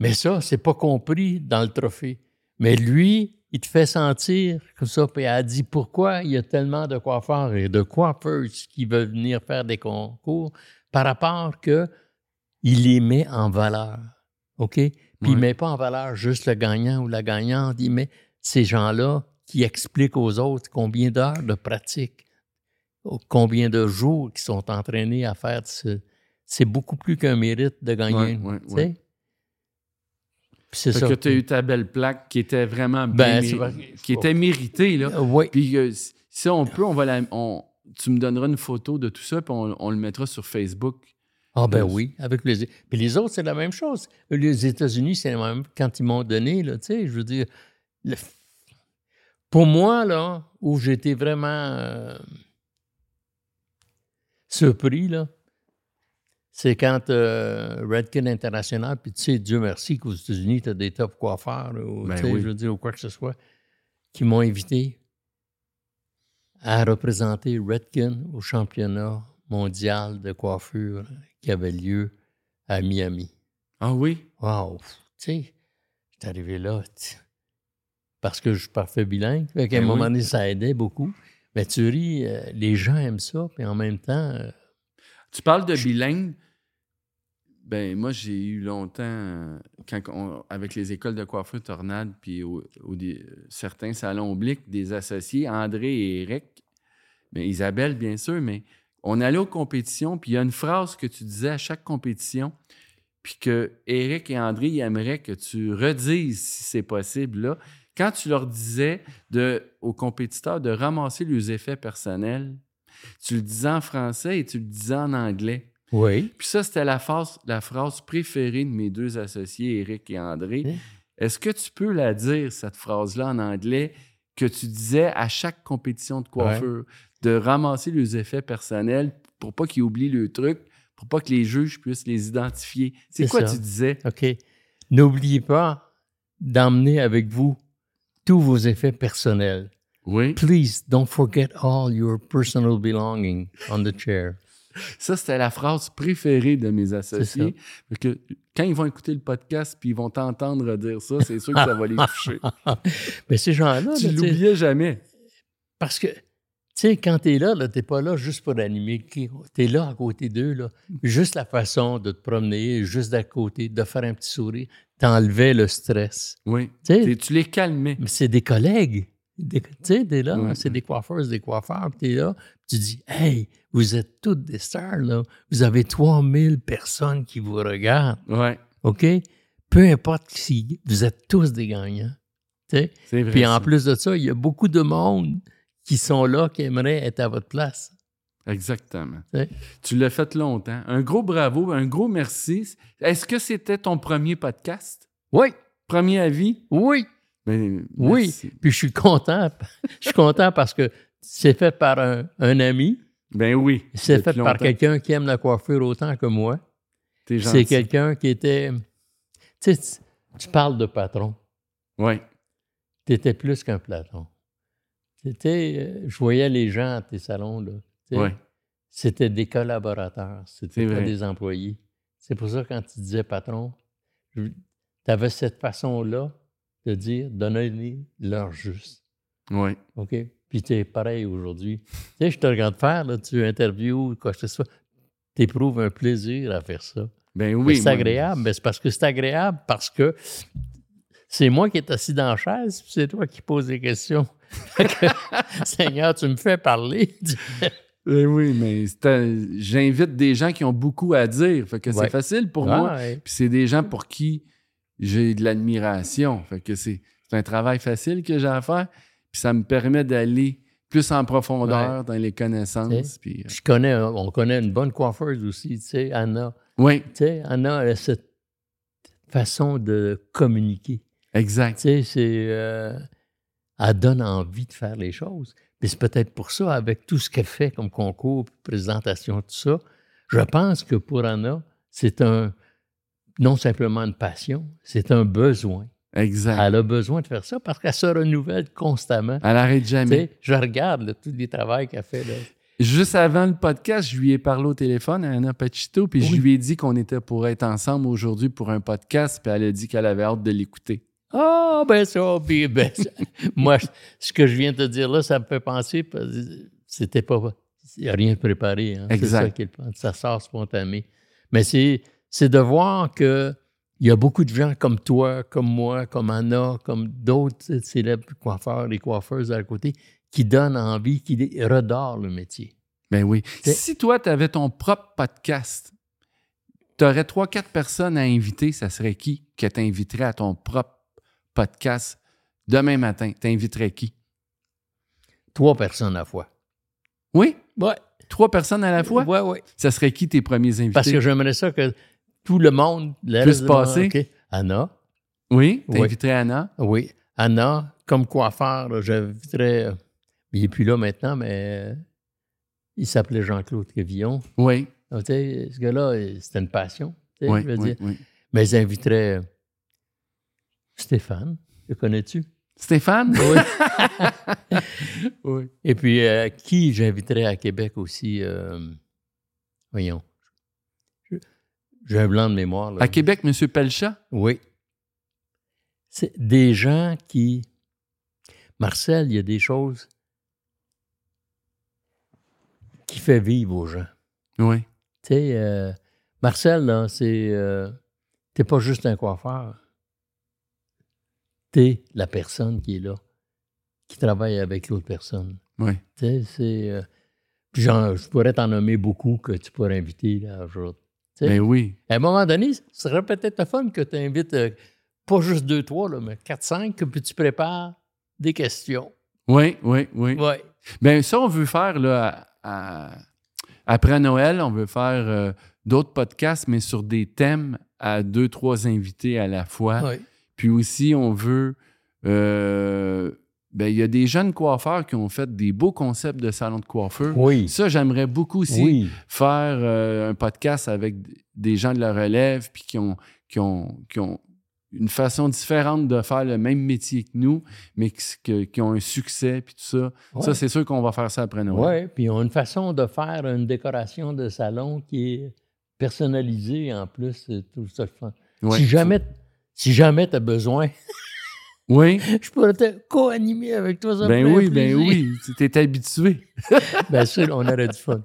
[SPEAKER 2] Mais ça, c'est pas compris dans le trophée. Mais lui, il te fait sentir comme ça, puis elle dit pourquoi il y a tellement de coiffeurs et de coiffeuses qui veulent venir faire des concours par rapport que il les met en valeur. OK? Puis il
[SPEAKER 1] Ouais.
[SPEAKER 2] ne met pas en valeur juste le gagnant ou la gagnante, il met ces gens-là qui expliquent aux autres combien d'heures de pratique, combien de jours qu'ils sont entraînés à faire. ce- C'est beaucoup plus qu'un mérite de gagner.
[SPEAKER 1] Ouais,
[SPEAKER 2] une-
[SPEAKER 1] ouais,
[SPEAKER 2] tu sais?
[SPEAKER 1] ouais.
[SPEAKER 2] Puis c'est
[SPEAKER 1] Fait
[SPEAKER 2] ça.
[SPEAKER 1] que tu as eu ta belle plaque qui était vraiment bien
[SPEAKER 2] Ben,
[SPEAKER 1] mé-
[SPEAKER 2] c'est vrai.
[SPEAKER 1] qui était méritée. Là.
[SPEAKER 2] Euh, oui.
[SPEAKER 1] Puis euh, si- si on peut, on va la- on- tu me donneras une photo de tout ça, puis on, on le mettra sur Facebook.
[SPEAKER 2] Ah ben
[SPEAKER 1] Yes.
[SPEAKER 2] oui, avec plaisir. Puis les autres, c'est la même chose. Les États-Unis, c'est la même quand ils m'ont donné, là, tu sais, je veux dire, le- pour moi, là, où j'étais vraiment euh, surpris, là, c'est quand euh, Redken International, puis tu sais, Dieu merci qu'aux États-Unis, tu as des top coiffeurs, là, ou,
[SPEAKER 1] Ben
[SPEAKER 2] tu sais,
[SPEAKER 1] oui.
[SPEAKER 2] je veux dire, ou quoi que ce soit, qui m'ont invité à représenter Redken au championnat mondial de coiffure qui avait lieu à Miami.
[SPEAKER 1] Ah oui?
[SPEAKER 2] Wow! Tu sais, j'étais arrivé là tu- parce que je suis parfait bilingue. Fait qu'à un
[SPEAKER 1] Ben
[SPEAKER 2] moment
[SPEAKER 1] oui.
[SPEAKER 2] donné, ça aidait beaucoup. Mais tu ris, euh, les gens aiment ça, puis en même temps, euh,
[SPEAKER 1] Tu parles de bilingue. Ben, moi, j'ai eu longtemps, euh, quand on- avec les écoles de coiffure Tornade, puis au, au- des- euh, certains salons obliques, des associés, André et Eric, mais Isabelle, bien sûr, mais on allait aux compétitions, puis il y a une phrase que tu disais à chaque compétition, puis que Eric et André, ils aimeraient que tu redises, si c'est possible, là, quand tu leur disais de, aux compétiteurs de ramasser leurs effets personnels, tu le disais en français et tu le disais en anglais.
[SPEAKER 2] oui.
[SPEAKER 1] Puis ça, c'était la phrase, la phrase préférée de mes deux associés, Eric et André.
[SPEAKER 2] Oui.
[SPEAKER 1] Est-ce que tu peux la dire, cette phrase-là, en anglais, que tu disais à chaque compétition de coiffure, de ramasser les effets personnels pour pas qu'ils oublient le truc, pour pas que les juges puissent les identifier? C'est
[SPEAKER 2] C'est
[SPEAKER 1] quoi
[SPEAKER 2] ça.
[SPEAKER 1] tu disais?
[SPEAKER 2] OK. N'oubliez pas d'emmener avec vous tous vos effets personnels.
[SPEAKER 1] Oui.
[SPEAKER 2] Please don't forget all your personal belonging on the chair.
[SPEAKER 1] Ça, c'était la phrase préférée de mes
[SPEAKER 2] C'est
[SPEAKER 1] associés. Fait que quand ils vont écouter le podcast puis ils vont t'entendre dire ça, c'est sûr que ça va les toucher.
[SPEAKER 2] Ah, Mais ces gens-là, là,
[SPEAKER 1] tu
[SPEAKER 2] tu sais,
[SPEAKER 1] l'oubliais jamais.
[SPEAKER 2] Parce que, tu sais, quand t'es là, là t'es pas là juste pour animer. T'es là à côté d'eux, là. Juste la façon de te promener, juste d'à côté, de faire un petit sourire, t'enlevais le stress.
[SPEAKER 1] Oui.
[SPEAKER 2] Tu sais,
[SPEAKER 1] Et tu les calmais.
[SPEAKER 2] mais c'est des collègues. Des- Tu sais, t'es là,
[SPEAKER 1] Ouais.
[SPEAKER 2] c'est des coiffeuses, des coiffeurs, puis t'es là, puis tu dis, hey, vous êtes toutes des stars, là. Vous avez 3000 personnes qui vous regardent,
[SPEAKER 1] Ouais.
[SPEAKER 2] OK? Peu importe si vous êtes tous des gagnants. Tu sais?
[SPEAKER 1] C'est vrai.
[SPEAKER 2] Puis en
[SPEAKER 1] ça.
[SPEAKER 2] plus de ça, il y a beaucoup de monde qui sont là, qui aimeraient être à votre place.
[SPEAKER 1] Exactement.
[SPEAKER 2] Ouais.
[SPEAKER 1] Tu l'as fait longtemps. Un gros bravo, un gros merci. Est-ce que c'était ton premier podcast?
[SPEAKER 2] Oui,
[SPEAKER 1] Premier avis?
[SPEAKER 2] oui,
[SPEAKER 1] Ben,
[SPEAKER 2] oui.
[SPEAKER 1] merci.
[SPEAKER 2] Puis je suis content. Je suis content parce que c'est fait par un, un ami,
[SPEAKER 1] Ben oui.
[SPEAKER 2] c'est
[SPEAKER 1] Depuis
[SPEAKER 2] fait par
[SPEAKER 1] longtemps.
[SPEAKER 2] quelqu'un qui aime la coiffure autant que moi.
[SPEAKER 1] T'es
[SPEAKER 2] C'est
[SPEAKER 1] gentil.
[SPEAKER 2] quelqu'un qui était. Tu sais, tu- tu parles de patron.
[SPEAKER 1] Ouais.
[SPEAKER 2] Tu étais plus qu'un patron. C'était, je voyais les gens à tes salons, là. tu sais.
[SPEAKER 1] Ouais.
[SPEAKER 2] C'était des collaborateurs,
[SPEAKER 1] C'est
[SPEAKER 2] c'était pas
[SPEAKER 1] vrai.
[SPEAKER 2] des employés. C'est pour ça que quand tu disais patron, tu avais cette façon-là de dire donner leur juste.
[SPEAKER 1] Ouais.
[SPEAKER 2] OK? Puis Puis t'es pareil aujourd'hui. tu sais, je te regarde faire, là, tu interviews, quoi que ce soit. T'éprouves un plaisir à faire ça.
[SPEAKER 1] Ben oui.
[SPEAKER 2] c'est
[SPEAKER 1] moi-
[SPEAKER 2] agréable, mais c'est parce que c'est agréable, parce que c'est moi qui est assis dans la chaise, puis c'est toi qui poses des questions. Fait que, Seigneur, tu me fais parler.
[SPEAKER 1] Ben oui, mais c'est un- j'invite des gens qui ont beaucoup à dire. Fait que
[SPEAKER 2] Ouais.
[SPEAKER 1] c'est facile pour moi.
[SPEAKER 2] Ouais.
[SPEAKER 1] Puis c'est des gens pour qui j'ai de l'admiration. Fait que c'est c'est un travail facile que j'ai à faire. Puis ça me permet d'aller plus en profondeur dans les connaissances. Puis,
[SPEAKER 2] Je connais, un- on connaît une bonne coiffeuse aussi, tu sais, Anna.
[SPEAKER 1] oui,
[SPEAKER 2] Tu sais, Anna, elle a cette façon de communiquer. Tu
[SPEAKER 1] exact.
[SPEAKER 2] sais, c'est. euh, elle donne envie de faire les choses. Puis c'est peut-être pour ça, avec tout ce qu'elle fait comme concours, puis présentation, tout ça, je pense que pour Anna, c'est un. Non simplement une passion, c'est un besoin.
[SPEAKER 1] Exact.
[SPEAKER 2] Elle a besoin de faire ça parce qu'elle se renouvelle constamment.
[SPEAKER 1] Elle arrête
[SPEAKER 2] Ah. Tu
[SPEAKER 1] jamais.
[SPEAKER 2] sais, je regarde là, tous les travaux qu'elle fait. là.
[SPEAKER 1] Juste avant le podcast, je lui ai parlé au téléphone à Anna Pachito, puis je
[SPEAKER 2] Oui.
[SPEAKER 1] lui ai dit qu'on était pour être ensemble aujourd'hui pour un podcast, puis elle a dit qu'elle avait hâte de l'écouter.
[SPEAKER 2] Ah, ben ça, puis ben ça. Moi, je- ce que je viens de te dire là, ça me fait penser, parce que c'était pas. Il n'y a rien de préparé. Hein, c'est
[SPEAKER 1] Exact.
[SPEAKER 2] ça qu'il pense. Ça sort spontané. Mais c'est c'est de voir que il y a beaucoup de gens comme toi, comme moi, comme Anna, comme d'autres célèbres coiffeurs et coiffeuses à côté qui donnent envie, qui redorent le métier.
[SPEAKER 1] Ben oui.
[SPEAKER 2] C'est-
[SPEAKER 1] Si toi, tu avais ton propre podcast, tu aurais trois, quatre personnes à inviter, ça serait qui que tu inviterais à ton propre podcast demain matin? Tu inviterais qui?
[SPEAKER 2] Trois personnes à la fois.
[SPEAKER 1] Oui?
[SPEAKER 2] Ouais.
[SPEAKER 1] Trois personnes à la fois?
[SPEAKER 2] Ouais, ouais.
[SPEAKER 1] Ça serait qui tes premiers invités?
[SPEAKER 2] Parce que j'aimerais ça que tout le monde le
[SPEAKER 1] Puisse
[SPEAKER 2] reste du monde,
[SPEAKER 1] passer.
[SPEAKER 2] OK. Anna.
[SPEAKER 1] Oui? Tu
[SPEAKER 2] Oui.
[SPEAKER 1] inviterais Anna?
[SPEAKER 2] Oui. Anna, comme coiffeur, là, j'inviterais. euh, Il n'est plus là maintenant, mais euh, il s'appelait Jean-Claude Quevillon.
[SPEAKER 1] Oui.
[SPEAKER 2] Donc, tu sais, ce gars-là, euh, c'était une passion. tu sais,
[SPEAKER 1] Oui,
[SPEAKER 2] je veux
[SPEAKER 1] oui,
[SPEAKER 2] dire.
[SPEAKER 1] oui.
[SPEAKER 2] Mais j'inviterais euh, Stéphane. Le connais-tu?
[SPEAKER 1] Stéphane?
[SPEAKER 2] Oui.
[SPEAKER 1] Oui.
[SPEAKER 2] Et puis, euh, qui j'inviterais à Québec aussi? euh, voyons. Je- J'ai un blanc de mémoire. là.
[SPEAKER 1] À Québec, M. Pelcha?
[SPEAKER 2] Oui. C'est des gens qui. Marcel, il y a des choses qui fait vivre aux gens.
[SPEAKER 1] Oui.
[SPEAKER 2] Tu sais, euh, Marcel, là, c'est. euh, t'es pas juste un coiffeur. T'es la personne qui est là, qui travaille avec l'autre personne.
[SPEAKER 1] Oui.
[SPEAKER 2] Tu sais, c'est. euh, puis j'en- je pourrais t'en nommer beaucoup que tu pourrais inviter, là, aujourd'hui. Tu sais,
[SPEAKER 1] Ben oui.
[SPEAKER 2] à un moment donné, ce serait peut-être le fun que tu invites euh, pas juste deux, trois, là, mais quatre, cinq, que puis tu prépares des questions.
[SPEAKER 1] Oui, oui, oui.
[SPEAKER 2] Oui.
[SPEAKER 1] Bien, Ben, ça, on veut faire, là, à- à- après Noël, on veut faire euh, d'autres podcasts, mais sur des thèmes à deux, trois invités à la fois.
[SPEAKER 2] Oui.
[SPEAKER 1] Puis aussi, on veut. euh, ben, il y a des jeunes coiffeurs qui ont fait des beaux concepts de salon de coiffeur.
[SPEAKER 2] Oui.
[SPEAKER 1] Ça, j'aimerais beaucoup aussi
[SPEAKER 2] Oui.
[SPEAKER 1] faire euh, un podcast avec d- des gens de la relève puis qui ont, qui ont, qui ont une façon différente de faire le même métier que nous, mais qui, s- que- qui ont un succès puis tout ça. Ça, c'est sûr qu'on va faire ça après Noël.
[SPEAKER 2] Oui, puis ils ont une façon de faire une décoration de salon qui est personnalisée en plus, c'est tout ça le fun.
[SPEAKER 1] Ouais.
[SPEAKER 2] Si jamais, si jamais tu as besoin,
[SPEAKER 1] Oui,
[SPEAKER 2] je pourrais te co-animer avec toi. ça me
[SPEAKER 1] ben
[SPEAKER 2] ferait
[SPEAKER 1] oui,
[SPEAKER 2] plaisir.
[SPEAKER 1] ben oui. Tu t'es habitué.
[SPEAKER 2] Bien sûr, on aurait du fun.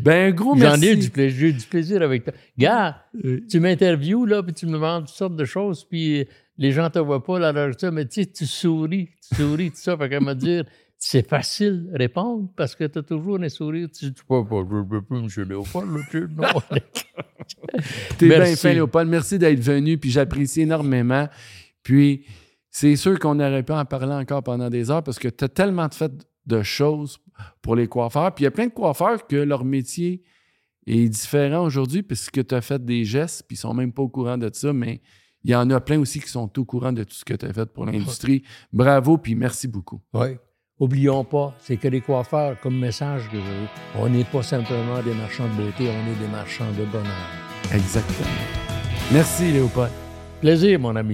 [SPEAKER 1] Ben, un gros
[SPEAKER 2] J'en
[SPEAKER 1] merci.
[SPEAKER 2] ai du plaisir, j'ai eu du plaisir avec toi. Gars,
[SPEAKER 1] Oui.
[SPEAKER 2] tu m'interviews, là, puis tu me demandes toutes sortes de choses, puis les gens te voient pas, là, là, ça, mais tu sais, tu souris, tu souris, tout ça. Fait qu'elle me dire, c'est facile de répondre parce que tu as toujours un sourire. Tu dis, pas, pas, je peux plus, monsieur Léopold, là, tu sais, non.
[SPEAKER 1] T'es bien
[SPEAKER 2] Merci.
[SPEAKER 1] fin, Léopold. Merci d'être venu, puis j'apprécie énormément. Puis, c'est sûr qu'on aurait pu en parler encore pendant des heures parce que tu as tellement fait de choses pour les coiffeurs. Puis, il y a plein de coiffeurs que leur métier est différent aujourd'hui puisque tu as fait des gestes, puis ils sont même pas au courant de ça, mais il y en a plein aussi qui sont au courant de tout ce que tu as fait pour l'industrie. Bravo, puis merci beaucoup.
[SPEAKER 2] Oui. Oublions pas, c'est que les coiffeurs, comme message que je veux, on n'est pas simplement des marchands de beauté, on est des marchands de bonheur.
[SPEAKER 1] Exactement. Merci, Léopold.
[SPEAKER 2] Plaisir, mon ami.